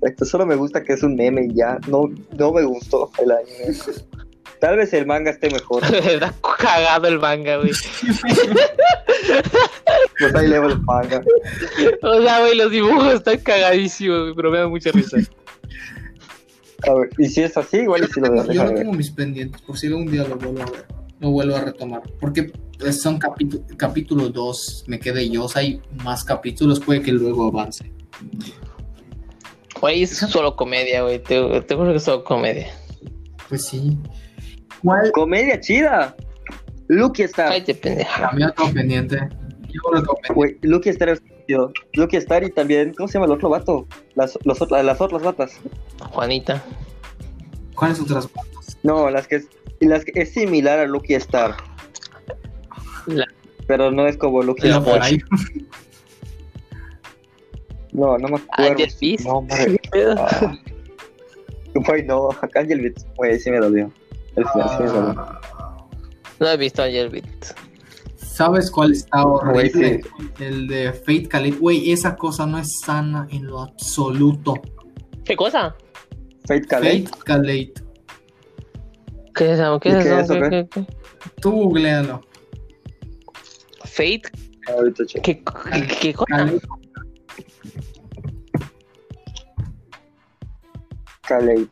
Speaker 2: Exacto, solo me gusta que es un meme y ya. No, no me gustó el anime. Tal vez el manga esté mejor.
Speaker 3: [laughs] Está cagado el manga, güey.
Speaker 2: Pues ahí leo el manga.
Speaker 3: O sea, güey, los dibujos están cagadísimos, güey, pero me da mucha risa.
Speaker 2: A ver, y si es así, igual y si lo voy a
Speaker 1: Yo
Speaker 2: dejar
Speaker 1: no
Speaker 2: ver.
Speaker 1: tengo mis pendientes, por si algún día lo vuelvo a ver, lo vuelvo a retomar, porque eh, son capítulo, capítulo 2, me quedé yo, o sea, hay más capítulos, puede que luego avance.
Speaker 3: Güey, es solo comedia, güey. Te, te juro que es solo comedia.
Speaker 1: Pues sí. ¿Cuál?
Speaker 2: Comedia chida. Lucky Star.
Speaker 3: Cállate, pendeja.
Speaker 1: Cambió todo pendiente. Yo lo tengo pendiente.
Speaker 2: Güey, Lucky Star es chido. Lucky Star y también, ¿cómo se llama el otro vato? Las, los, ot- las otras vatas.
Speaker 3: Juanita.
Speaker 1: ¿Cuáles otras?
Speaker 2: No, las que es, y las que es similar a Lucky Star.
Speaker 3: La-
Speaker 2: Pero no es como Lucky
Speaker 3: La
Speaker 2: Star.
Speaker 1: Por ahí.
Speaker 2: No, no me acuerdo.
Speaker 3: Angel Beats.
Speaker 2: No, madre. Ah. [laughs] Güey, no, Angel Beats, güey, sí me dolió.
Speaker 1: Ah.
Speaker 2: El final sí me dolió.
Speaker 3: No he visto ayer, Beat.
Speaker 1: ¿Sabes cuál está horrible?
Speaker 2: Güey,
Speaker 1: El de Fate Khalid. Güey, esa cosa no es sana en lo absoluto.
Speaker 3: ¿Qué cosa?
Speaker 2: Fate Calais.
Speaker 1: Fate Khalid.
Speaker 3: ¿Qué es eso? ¿Qué
Speaker 2: ¿Y
Speaker 3: es
Speaker 2: qué
Speaker 3: eso?
Speaker 2: es eso,
Speaker 3: ¿Qué-
Speaker 2: qué?
Speaker 3: qué- qué?
Speaker 1: Tú googlealo.
Speaker 3: Fate.
Speaker 2: Ahorita checo.
Speaker 3: ¿Qué, qué, qué cosa?
Speaker 1: Khalid.
Speaker 2: Calais.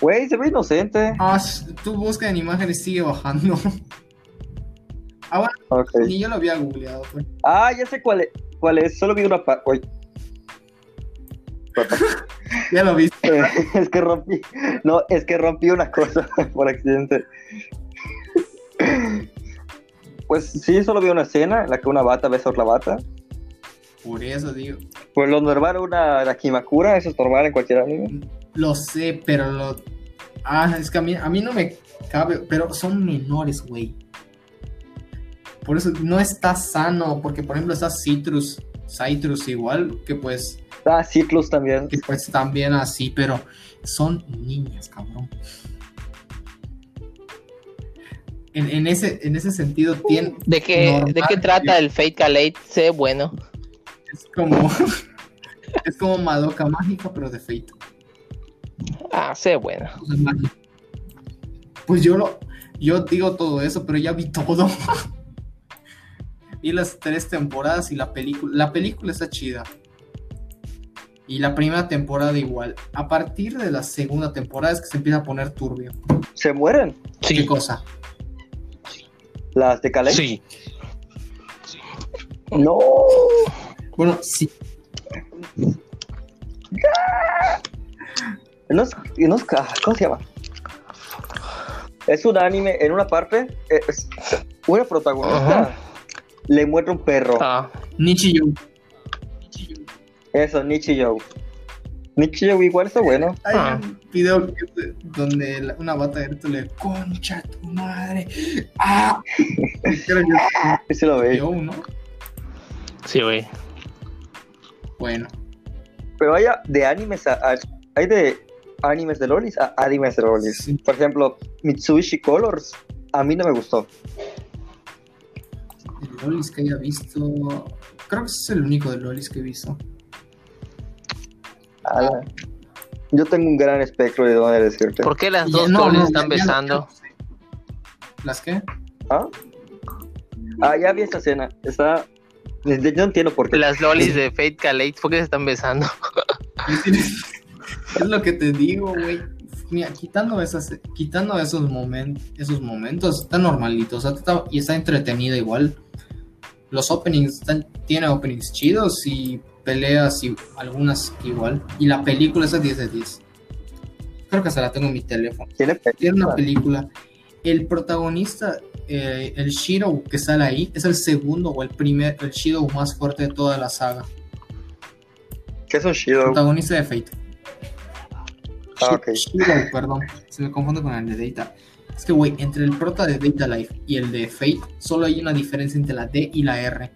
Speaker 2: Güey, se ve inocente.
Speaker 1: Ah, sh- tú busca en imágenes, sigue bajando. [laughs] Ah, bueno,
Speaker 2: Ok.
Speaker 1: ni yo lo había googleado. güey.
Speaker 2: Ah, ya sé cuál es. Cuál es. Solo vi una parte.
Speaker 1: Ya lo viste.
Speaker 2: [laughs] es que rompí. No, es que rompí una cosa [laughs] por accidente. Pues sí, solo vi una escena en la que una bata besa a otra bata.
Speaker 1: Por eso digo.
Speaker 2: Pues lo normal una la Kimakura, eso es normal en cualquier anime.
Speaker 1: Lo sé, pero lo. Ah, es que a mí, a mí no me cabe, pero son menores, güey. Por eso no está sano, porque por ejemplo está Citrus, Citrus igual, que pues,
Speaker 2: Ah, Citrus también.
Speaker 1: que pues también así, pero son niñas, cabrón. En, en ese, en ese sentido tiene,
Speaker 3: ¿De qué,
Speaker 1: Normal,
Speaker 3: ¿De qué
Speaker 1: tío.
Speaker 3: trata el Fate Calate? Sé bueno.
Speaker 1: es como [laughs] es como Madoka mágica, pero de feito.
Speaker 3: Ah, sé bueno.
Speaker 1: o sea, mágica. Pues yo lo, yo digo todo eso, pero ya vi todo. [laughs] y las tres temporadas y la película. La película está chida. Y la primera temporada igual. A partir de la segunda temporada es que se empieza a poner turbio.
Speaker 2: Se mueren
Speaker 1: ¿Qué
Speaker 3: Sí.
Speaker 1: cosa?
Speaker 2: las de Calais.
Speaker 3: Sí.
Speaker 2: No.
Speaker 1: Bueno, sí.
Speaker 2: No es, no es- ah, ¿Cómo se llama? Es un anime, en una parte, eh, es- una protagonista
Speaker 3: Ajá.
Speaker 2: le muestra un perro.
Speaker 3: Ah,
Speaker 1: Nichiyo.
Speaker 2: Eso, Nichijou. Nichijou igual está bueno.
Speaker 1: Hay
Speaker 3: Ah.
Speaker 1: un video que es de- donde la- una bata de grito le concha tu madre.
Speaker 3: [laughs]
Speaker 1: ¡Ah! Creo que
Speaker 2: Ese lo
Speaker 1: es
Speaker 2: ve.
Speaker 1: yo uno.
Speaker 3: sí, güey.
Speaker 1: Bueno,
Speaker 2: Pero hay a- de animes a, a- hay de animes de lolis a animes de lolis.
Speaker 1: Sí.
Speaker 2: Por ejemplo, Mitsubishi Colors a mí no me gustó.
Speaker 1: el Lolis que haya visto. Creo que ese es el único de Lolis que he visto.
Speaker 2: Ala. Yo tengo un gran espectro de dónde decirte.
Speaker 3: ¿Por qué las
Speaker 1: Y-
Speaker 3: dos
Speaker 1: no,
Speaker 3: dobles
Speaker 1: no,
Speaker 3: están
Speaker 1: ya- ya-
Speaker 3: besando?
Speaker 1: ¿Las qué? [laughs]
Speaker 2: ¿Ah? Ah, ya vi esta escena. Está. Yo no entiendo por qué.
Speaker 3: Las lolis de Fate Calate, ¿por qué se están besando?
Speaker 1: es lo que te digo, güey. Mira, quitando, esas, quitando esos, momentos esos momentos, está normalito. O sea, está- y está entretenido igual. Los openings, están, tiene openings chidos y peleas y algunas igual. Y la película es 10 de 10. Creo que hasta la tengo en mi teléfono.
Speaker 2: Tiene pe-
Speaker 1: Tiene una película. El protagonista, eh, el Shiro que sale ahí, es el segundo o el primer, el Shiro más fuerte de toda la saga.
Speaker 2: Ah. que es un Shido.
Speaker 1: Protagonista de Fate.
Speaker 2: Ah, ok.
Speaker 1: Shiro, perdón, se me confunde con el de Data. Es que, güey, entre el prota de Data Life y el de Fate, solo hay una diferencia entre la D y la R.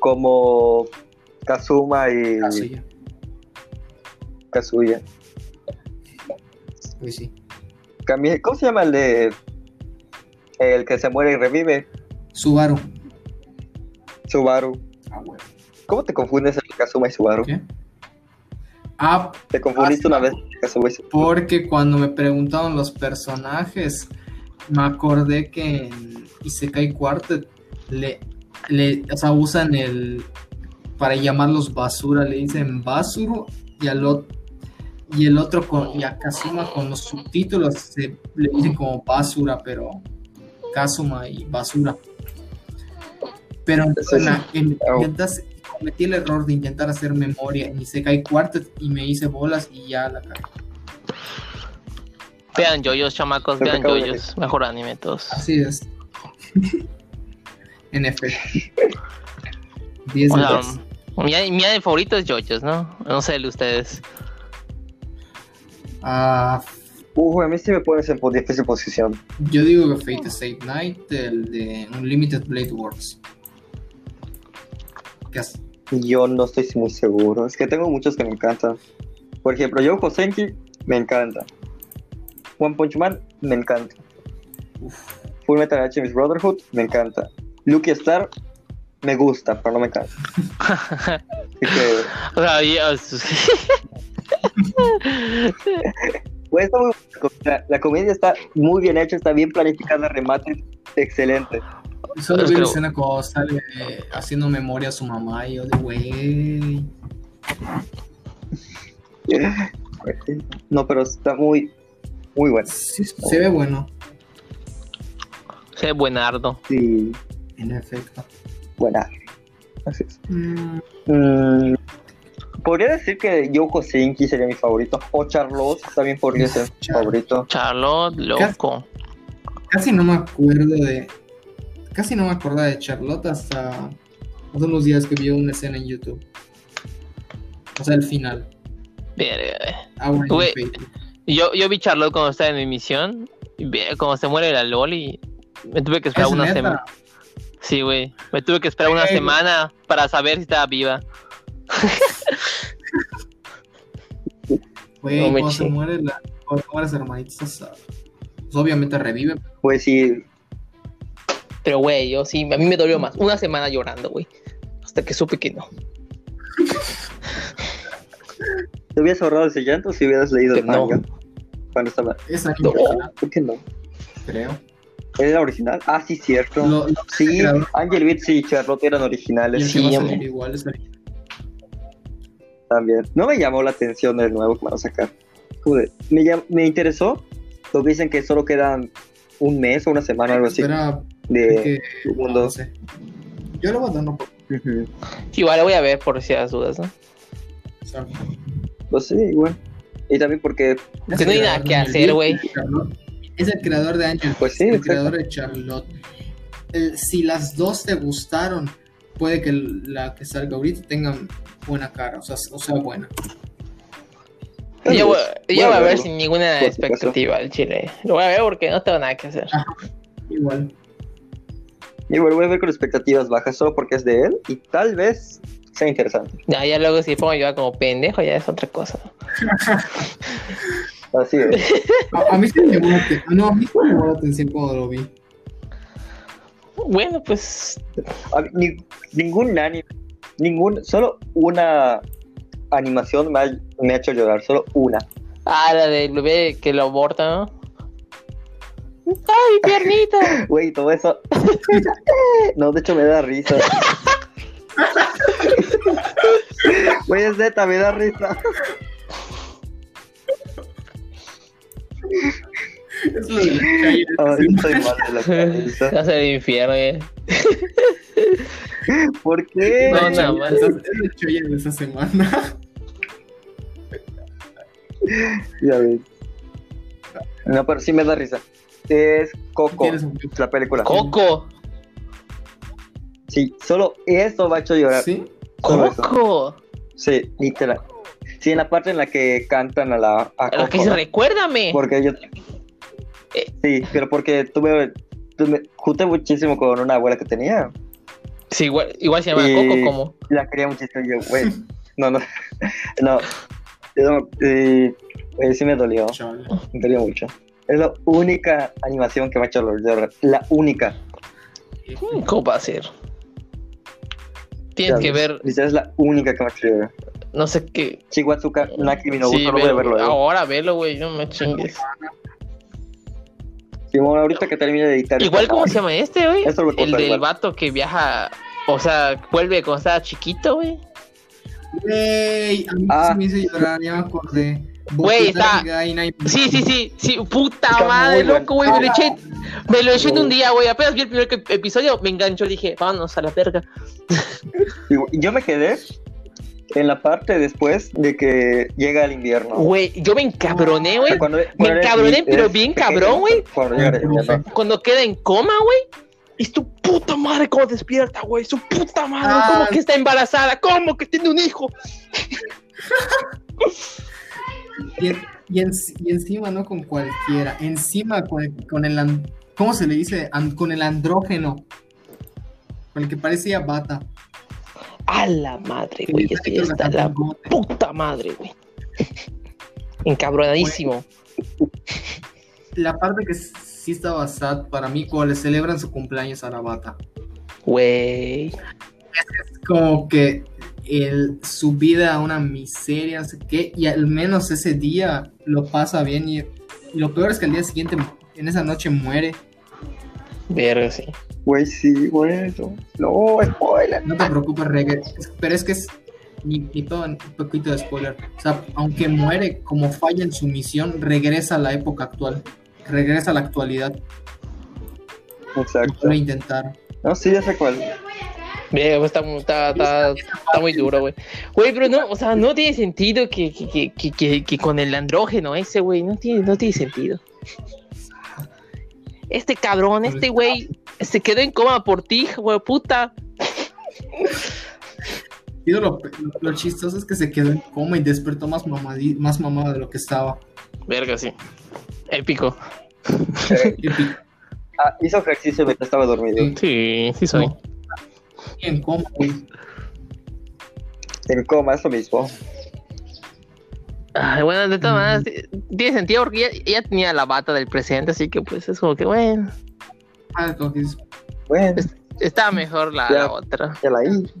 Speaker 2: como Kazuma y
Speaker 1: Kazuya.
Speaker 2: Kazuya.
Speaker 1: Uy, Pues sí.
Speaker 2: Cambié- ¿Cómo se llama el de el que se muere y revive?
Speaker 1: Subaru.
Speaker 2: Subaru.
Speaker 1: Ah, huevo.
Speaker 2: ¿Cómo te confundes entre Kazuma y Subaru?
Speaker 1: ¿Qué? Ah,
Speaker 2: Te confundiste
Speaker 1: Ah,
Speaker 2: una
Speaker 1: sí.
Speaker 2: vez entre Kazuma y Subaru.
Speaker 1: porque cuando me preguntaron los personajes, me acordé que en Isekai Quartet le, le o sea, usan el para llamarlos basura, le dicen basuru y al otro y el otro con y a Kazuma con los subtítulos se, le dicen como basura, pero Kazuma y basura. Pero en-
Speaker 2: Sí, sí.
Speaker 1: en-
Speaker 2: Ah, bueno.
Speaker 1: intentas- cometí el error de intentar hacer memoria en Isekai Quartet y me hice bolas y ya la cagué.
Speaker 3: Vean yoyos, chamacos,
Speaker 2: Lo que
Speaker 3: vean
Speaker 2: acabo de
Speaker 3: yoyos. Mejor anime todos.
Speaker 1: Así es. [laughs] en efecto. 10
Speaker 3: O sea,
Speaker 1: minutos.
Speaker 3: mi, mi anime favorito es yoyos, ¿no? No sé el de ustedes. [laughs]
Speaker 1: Ah,
Speaker 2: Uh, a mí sí me pones en po- difícil posición.
Speaker 1: yo digo que Fate Save Night, el de Unlimited Blade Works. Que as-
Speaker 2: Yo no estoy muy seguro. Es que tengo muchos que me encantan. Por ejemplo, yo Senki me encanta. One Punch Man me encanta.
Speaker 1: uf,
Speaker 2: Full Metal Alchemist Brotherhood me encanta. Lucky Star me gusta, pero no me encanta. Así que,
Speaker 3: O sea, yo-
Speaker 2: pues, está muy buena la, la comedia está muy bien hecha, está bien planificada, remate excelente.
Speaker 1: Solo
Speaker 3: Es
Speaker 1: vi
Speaker 3: que-
Speaker 1: la escena cuando sale eh, haciendo memoria a su mamá y yo de wey.
Speaker 2: No, pero está muy, muy buena.
Speaker 1: Sí, se ve bueno.
Speaker 3: [laughs] sé buenardo.
Speaker 2: Sí,
Speaker 1: En efecto.
Speaker 2: buena. Así es.
Speaker 1: Mm,
Speaker 2: Mm, podría decir que Yoko Senki sería mi favorito. O Charlos también podría ser
Speaker 1: [laughs]
Speaker 2: mi
Speaker 1: Char-
Speaker 2: favorito.
Speaker 3: Charlotte, loco.
Speaker 1: Casi no me acuerdo de. Casi no me acordaba de Charlotte hasta hace unos días que vi una escena en YouTube. O sea, el final.
Speaker 3: Verga, güey.
Speaker 1: Ahora en
Speaker 3: Güey.
Speaker 1: Facebook.
Speaker 3: Yo, yo vi Charlotte cuando estaba en mi misión. y ve- Cuando se muere la Loli. Me tuve que esperar
Speaker 1: Es
Speaker 3: una
Speaker 1: neta.
Speaker 3: semana. Sí, güey. Me tuve que esperar una
Speaker 1: Güey.
Speaker 3: semana para saber si estaba viva.
Speaker 1: Güey,
Speaker 3: No me
Speaker 1: cuando se
Speaker 3: chingues.
Speaker 1: muere la. Cuando se muere su hermanita, esa sabe. pues obviamente revive.
Speaker 2: Pues sí,
Speaker 3: Pero, güey, yo sí, a mí me dolió más. Una semana llorando, güey. Hasta que supe que no.
Speaker 2: te hubieras ahorrado ese llanto si hubieras leído el
Speaker 3: No.
Speaker 2: manga. Cuando estaba.
Speaker 1: Es anime
Speaker 3: No.
Speaker 1: original,
Speaker 2: ¿Por qué no?
Speaker 1: creo.
Speaker 2: ¿Era original? Ah, sí, cierto.
Speaker 1: Lo- lo-
Speaker 2: Sí,
Speaker 1: Claro.
Speaker 2: Angel Beats y Charlotte eran
Speaker 1: y el
Speaker 2: originales
Speaker 1: que va a
Speaker 3: sí,
Speaker 1: salir
Speaker 3: hombre.
Speaker 1: igual es el-
Speaker 2: también. No me llamó la atención el nuevo que van a sacar. Como de- me, llam- me interesó. Lo que dicen que solo quedan un mes o una semana, algo así,
Speaker 1: Espera
Speaker 2: de
Speaker 1: que.
Speaker 2: su
Speaker 1: No
Speaker 2: mundo.
Speaker 1: sé. Yo lo voy a dar una oportunidad.
Speaker 2: Ujú.
Speaker 3: Igual la voy a ver por si las dudas, ¿no?
Speaker 2: Pues sí, igual. Y también porque,
Speaker 3: Que no hay nada que hacer, güey.
Speaker 1: Charlotte. Es el creador de Angel.
Speaker 2: Pues sí,
Speaker 1: el
Speaker 2: exacto.
Speaker 1: creador de Charlotte. El- si las dos te gustaron, puede que la que salga ahorita tenga buena cara, o sea, o sea buena.
Speaker 2: Tal
Speaker 3: Yo, voy-
Speaker 2: vez. Voy
Speaker 3: yo
Speaker 2: a
Speaker 3: voy a ver
Speaker 2: verlo.
Speaker 3: sin ninguna
Speaker 2: Por supuesto.
Speaker 3: expectativa al chile. Lo voy a ver porque no tengo nada que hacer.
Speaker 1: Igual.
Speaker 2: igual voy a ver con expectativas bajas solo porque es de él y tal vez sea interesante.
Speaker 3: Ya, ya luego si pongo yo como pendejo, ya es otra cosa.
Speaker 2: Así
Speaker 3: [laughs]
Speaker 2: es.
Speaker 1: A, a mí sí me llamó la atención. No, a mí sí me llamó la atención cuando lo vi.
Speaker 3: Bueno, pues
Speaker 2: A mí, ni- ningún anime, ningún, solo una animación me ha, me ha hecho llorar, solo una.
Speaker 3: Ah, la del bebé que lo aborta, ¿no? ¡Ay, piernita!
Speaker 2: Güey, todo
Speaker 3: [laughs]
Speaker 2: eso. No, de hecho me da risa. Güey, es neta, me da risa.
Speaker 1: Es lo de la calle.
Speaker 2: Ay, estoy mal de la
Speaker 3: Va
Speaker 2: cabeza.
Speaker 3: a ser el infierno, ¿eh?
Speaker 2: ¿Por qué?
Speaker 3: No, no, man.
Speaker 1: es el choya de esa semana.
Speaker 2: Ya ves. No, pero sí me da risa. Es
Speaker 1: [laughs]
Speaker 2: Coco, [laughs]
Speaker 1: Tienes un-
Speaker 2: la película.
Speaker 3: ¡Coco!
Speaker 2: Sí, solo eso va a hecho llorar.
Speaker 1: ¿Sí?
Speaker 2: Solo eso.
Speaker 3: ¡Coco!
Speaker 2: Sí, literal. Sí, en la parte en la que cantan a la a
Speaker 3: A lo que
Speaker 2: Coco,
Speaker 3: se
Speaker 2: ¿no?
Speaker 3: recuérdame.
Speaker 2: Porque yo.
Speaker 3: Eh.
Speaker 2: Sí, pero porque tuve. tuve- Junté muchísimo con una abuela que tenía.
Speaker 3: Sí, igual, igual se llama
Speaker 2: Y-
Speaker 3: Coco como.
Speaker 2: La quería muchísimo yo,
Speaker 3: [laughs]
Speaker 2: güey. No, [laughs] no. No. No, eh, eh, sí me dolió.
Speaker 1: Chale.
Speaker 2: Me dolió mucho. Es la única animación que me ha hecho llorar. La única.
Speaker 3: Mm, ¿Cómo va a ser? Tienes
Speaker 2: Ya
Speaker 3: que
Speaker 2: ves.
Speaker 3: ver,
Speaker 2: Literal, es la única que me ha hecho llorar.
Speaker 3: no sé qué.
Speaker 2: Chihuazuka, Naki, mi no
Speaker 3: Sí,
Speaker 2: no
Speaker 3: ah,
Speaker 2: voy a
Speaker 3: velo,
Speaker 2: verlo.
Speaker 3: güey.
Speaker 2: eh.
Speaker 3: ahora velo, güey, no
Speaker 2: [laughs]
Speaker 3: me chingues.
Speaker 2: Simón, ahorita que termine de editar.
Speaker 3: Igual,
Speaker 2: esta [laughs]
Speaker 3: ¿cómo
Speaker 2: madre.
Speaker 3: se llama este, güey?
Speaker 2: Esto lo voy a
Speaker 3: El
Speaker 2: cortar
Speaker 3: del
Speaker 2: igual.
Speaker 3: vato que viaja, o sea, vuelve cuando estaba chiquito, güey.
Speaker 1: Güey, a mí
Speaker 2: Ah.
Speaker 1: se me hizo llorar, ya me acordé.
Speaker 3: Güey,
Speaker 1: Bokuta
Speaker 3: está-
Speaker 1: Gaina y-
Speaker 3: Sí, sí, sí, sí, puta
Speaker 2: Está muy
Speaker 3: madre,
Speaker 2: bueno.
Speaker 3: loco, güey, me lo eché, me lo eché en
Speaker 2: Muy
Speaker 3: un día, güey, apenas vi el primer que- episodio, me enganchó, dije, vámonos a la verga.
Speaker 2: Igual- Yo me quedé en la parte después de que llega el invierno.
Speaker 3: Güey, yo me encabroné, güey,
Speaker 2: Cuando-
Speaker 3: me
Speaker 2: cuando
Speaker 3: encabroné,
Speaker 2: eres-
Speaker 3: pero
Speaker 2: eres
Speaker 3: bien
Speaker 2: pequeño,
Speaker 3: cabrón, güey.
Speaker 2: Cuando llega el invierno.
Speaker 3: cuando queda en coma, güey. Es tu puta madre cómo despierta, güey. Su puta madre,
Speaker 1: Ah.
Speaker 3: cómo que está embarazada, cómo que tiene un hijo.
Speaker 1: Y, en- y en- y encima, no con cualquiera, encima con el, con el an- ¿cómo se le dice? An- con el andrógeno, con el que parecía bata.
Speaker 3: A la madre, güey. Es que ya está la puta madre, güey. Encabronadísimo.
Speaker 1: La parte que sí estaba sad para mí, cuando le celebran su cumpleaños a la bata.
Speaker 3: Güey.
Speaker 1: como que el, su vida a una miseria, no sé qué, y al menos ese día lo pasa bien y, y lo peor es que al día siguiente, en esa noche muere.
Speaker 3: Verga, sí.
Speaker 2: Güey, sí, bueno. No, spoiler.
Speaker 1: No te preocupes, Reggae, pero es que es ni, ni todo, ni un poquito de spoiler. O sea, aunque muere, como falla en su misión, regresa a la época actual, regresa a la actualidad,
Speaker 2: Exacto.
Speaker 1: lo intentaron.
Speaker 2: No, sí, ya
Speaker 1: [laughs]
Speaker 2: sé cuál.
Speaker 3: Verga, güey, Eh, pues, está, mu- está, está, está muy duro, güey. Güey, pero no, o sea, no tiene sentido que, que, que, que, que, que con el andrógeno ese, güey. No tiene, no tiene sentido. Este cabrón,
Speaker 2: Pues,
Speaker 3: este güey, se quedó en coma por ti, güey, puta.
Speaker 1: Y lo, lo chistoso es que se quedó en coma y despertó más, mamadi- más mamado de lo que estaba.
Speaker 3: Verga, sí. Épico.
Speaker 2: Eh,
Speaker 1: Y pi-
Speaker 2: ah, hizo ejercicio mientras estaba dormido.
Speaker 1: Sí.
Speaker 3: Sí, sí
Speaker 1: soy. en coma, güey.
Speaker 2: En coma, es lo mismo.
Speaker 3: Ay, bueno, de todas
Speaker 1: Mm.
Speaker 3: maneras, ti- tiene sentido porque ya, ya tenía la bata del presente, así que pues es como que, bueno,
Speaker 1: Ah, como que dices,
Speaker 2: Bueno,
Speaker 3: está mejor la,
Speaker 2: Ya.
Speaker 3: la otra.
Speaker 2: ya la hice.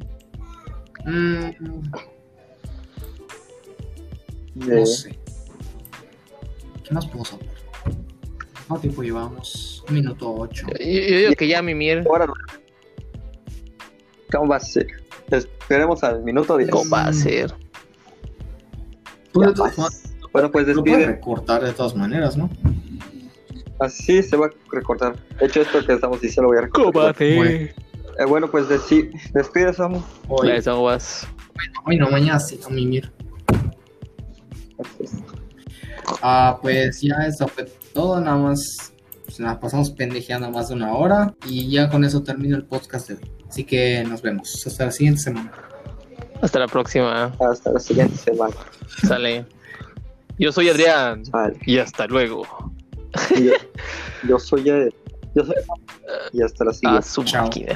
Speaker 1: mm,
Speaker 2: Eh,
Speaker 1: No sé. ¿Qué más podemos hablar? ¿Cuánto tiempo llevamos? Un minuto ocho.
Speaker 3: Yo, yo digo que ya Mimir,
Speaker 2: Ahora, ¿cómo va a ser? Esperemos al minuto 10.
Speaker 3: ¿cómo va a ser?
Speaker 1: Tú Pues, de
Speaker 2: Ya
Speaker 1: todas maneras-
Speaker 2: vas. Bueno, pues
Speaker 1: Lo puedes
Speaker 2: despide.
Speaker 1: recortar de todas maneras, ¿no?
Speaker 2: Así se va a recortar. De hecho, esto que estamos diciendo lo voy a recortar.
Speaker 1: ser?
Speaker 2: Eh, bueno, pues deci- despide, Samu.
Speaker 1: Hoy,
Speaker 3: Eso vas.
Speaker 1: hoy no, mañana sí, a mimir. Ah, pues ya eso fue todo, nada más. pues, nos pasamos pendejeando más de una hora y ya con eso termino el podcast de hoy. Así que nos vemos. Hasta la siguiente semana.
Speaker 3: Hasta la próxima.
Speaker 2: Hasta la siguiente semana.
Speaker 3: Sale. Yo soy Adrián.
Speaker 2: Vale.
Speaker 3: Y hasta luego.
Speaker 2: Yo, yo soy el- Yo soy. Y hasta la siguiente.
Speaker 3: A su
Speaker 1: Chao.
Speaker 3: máquina.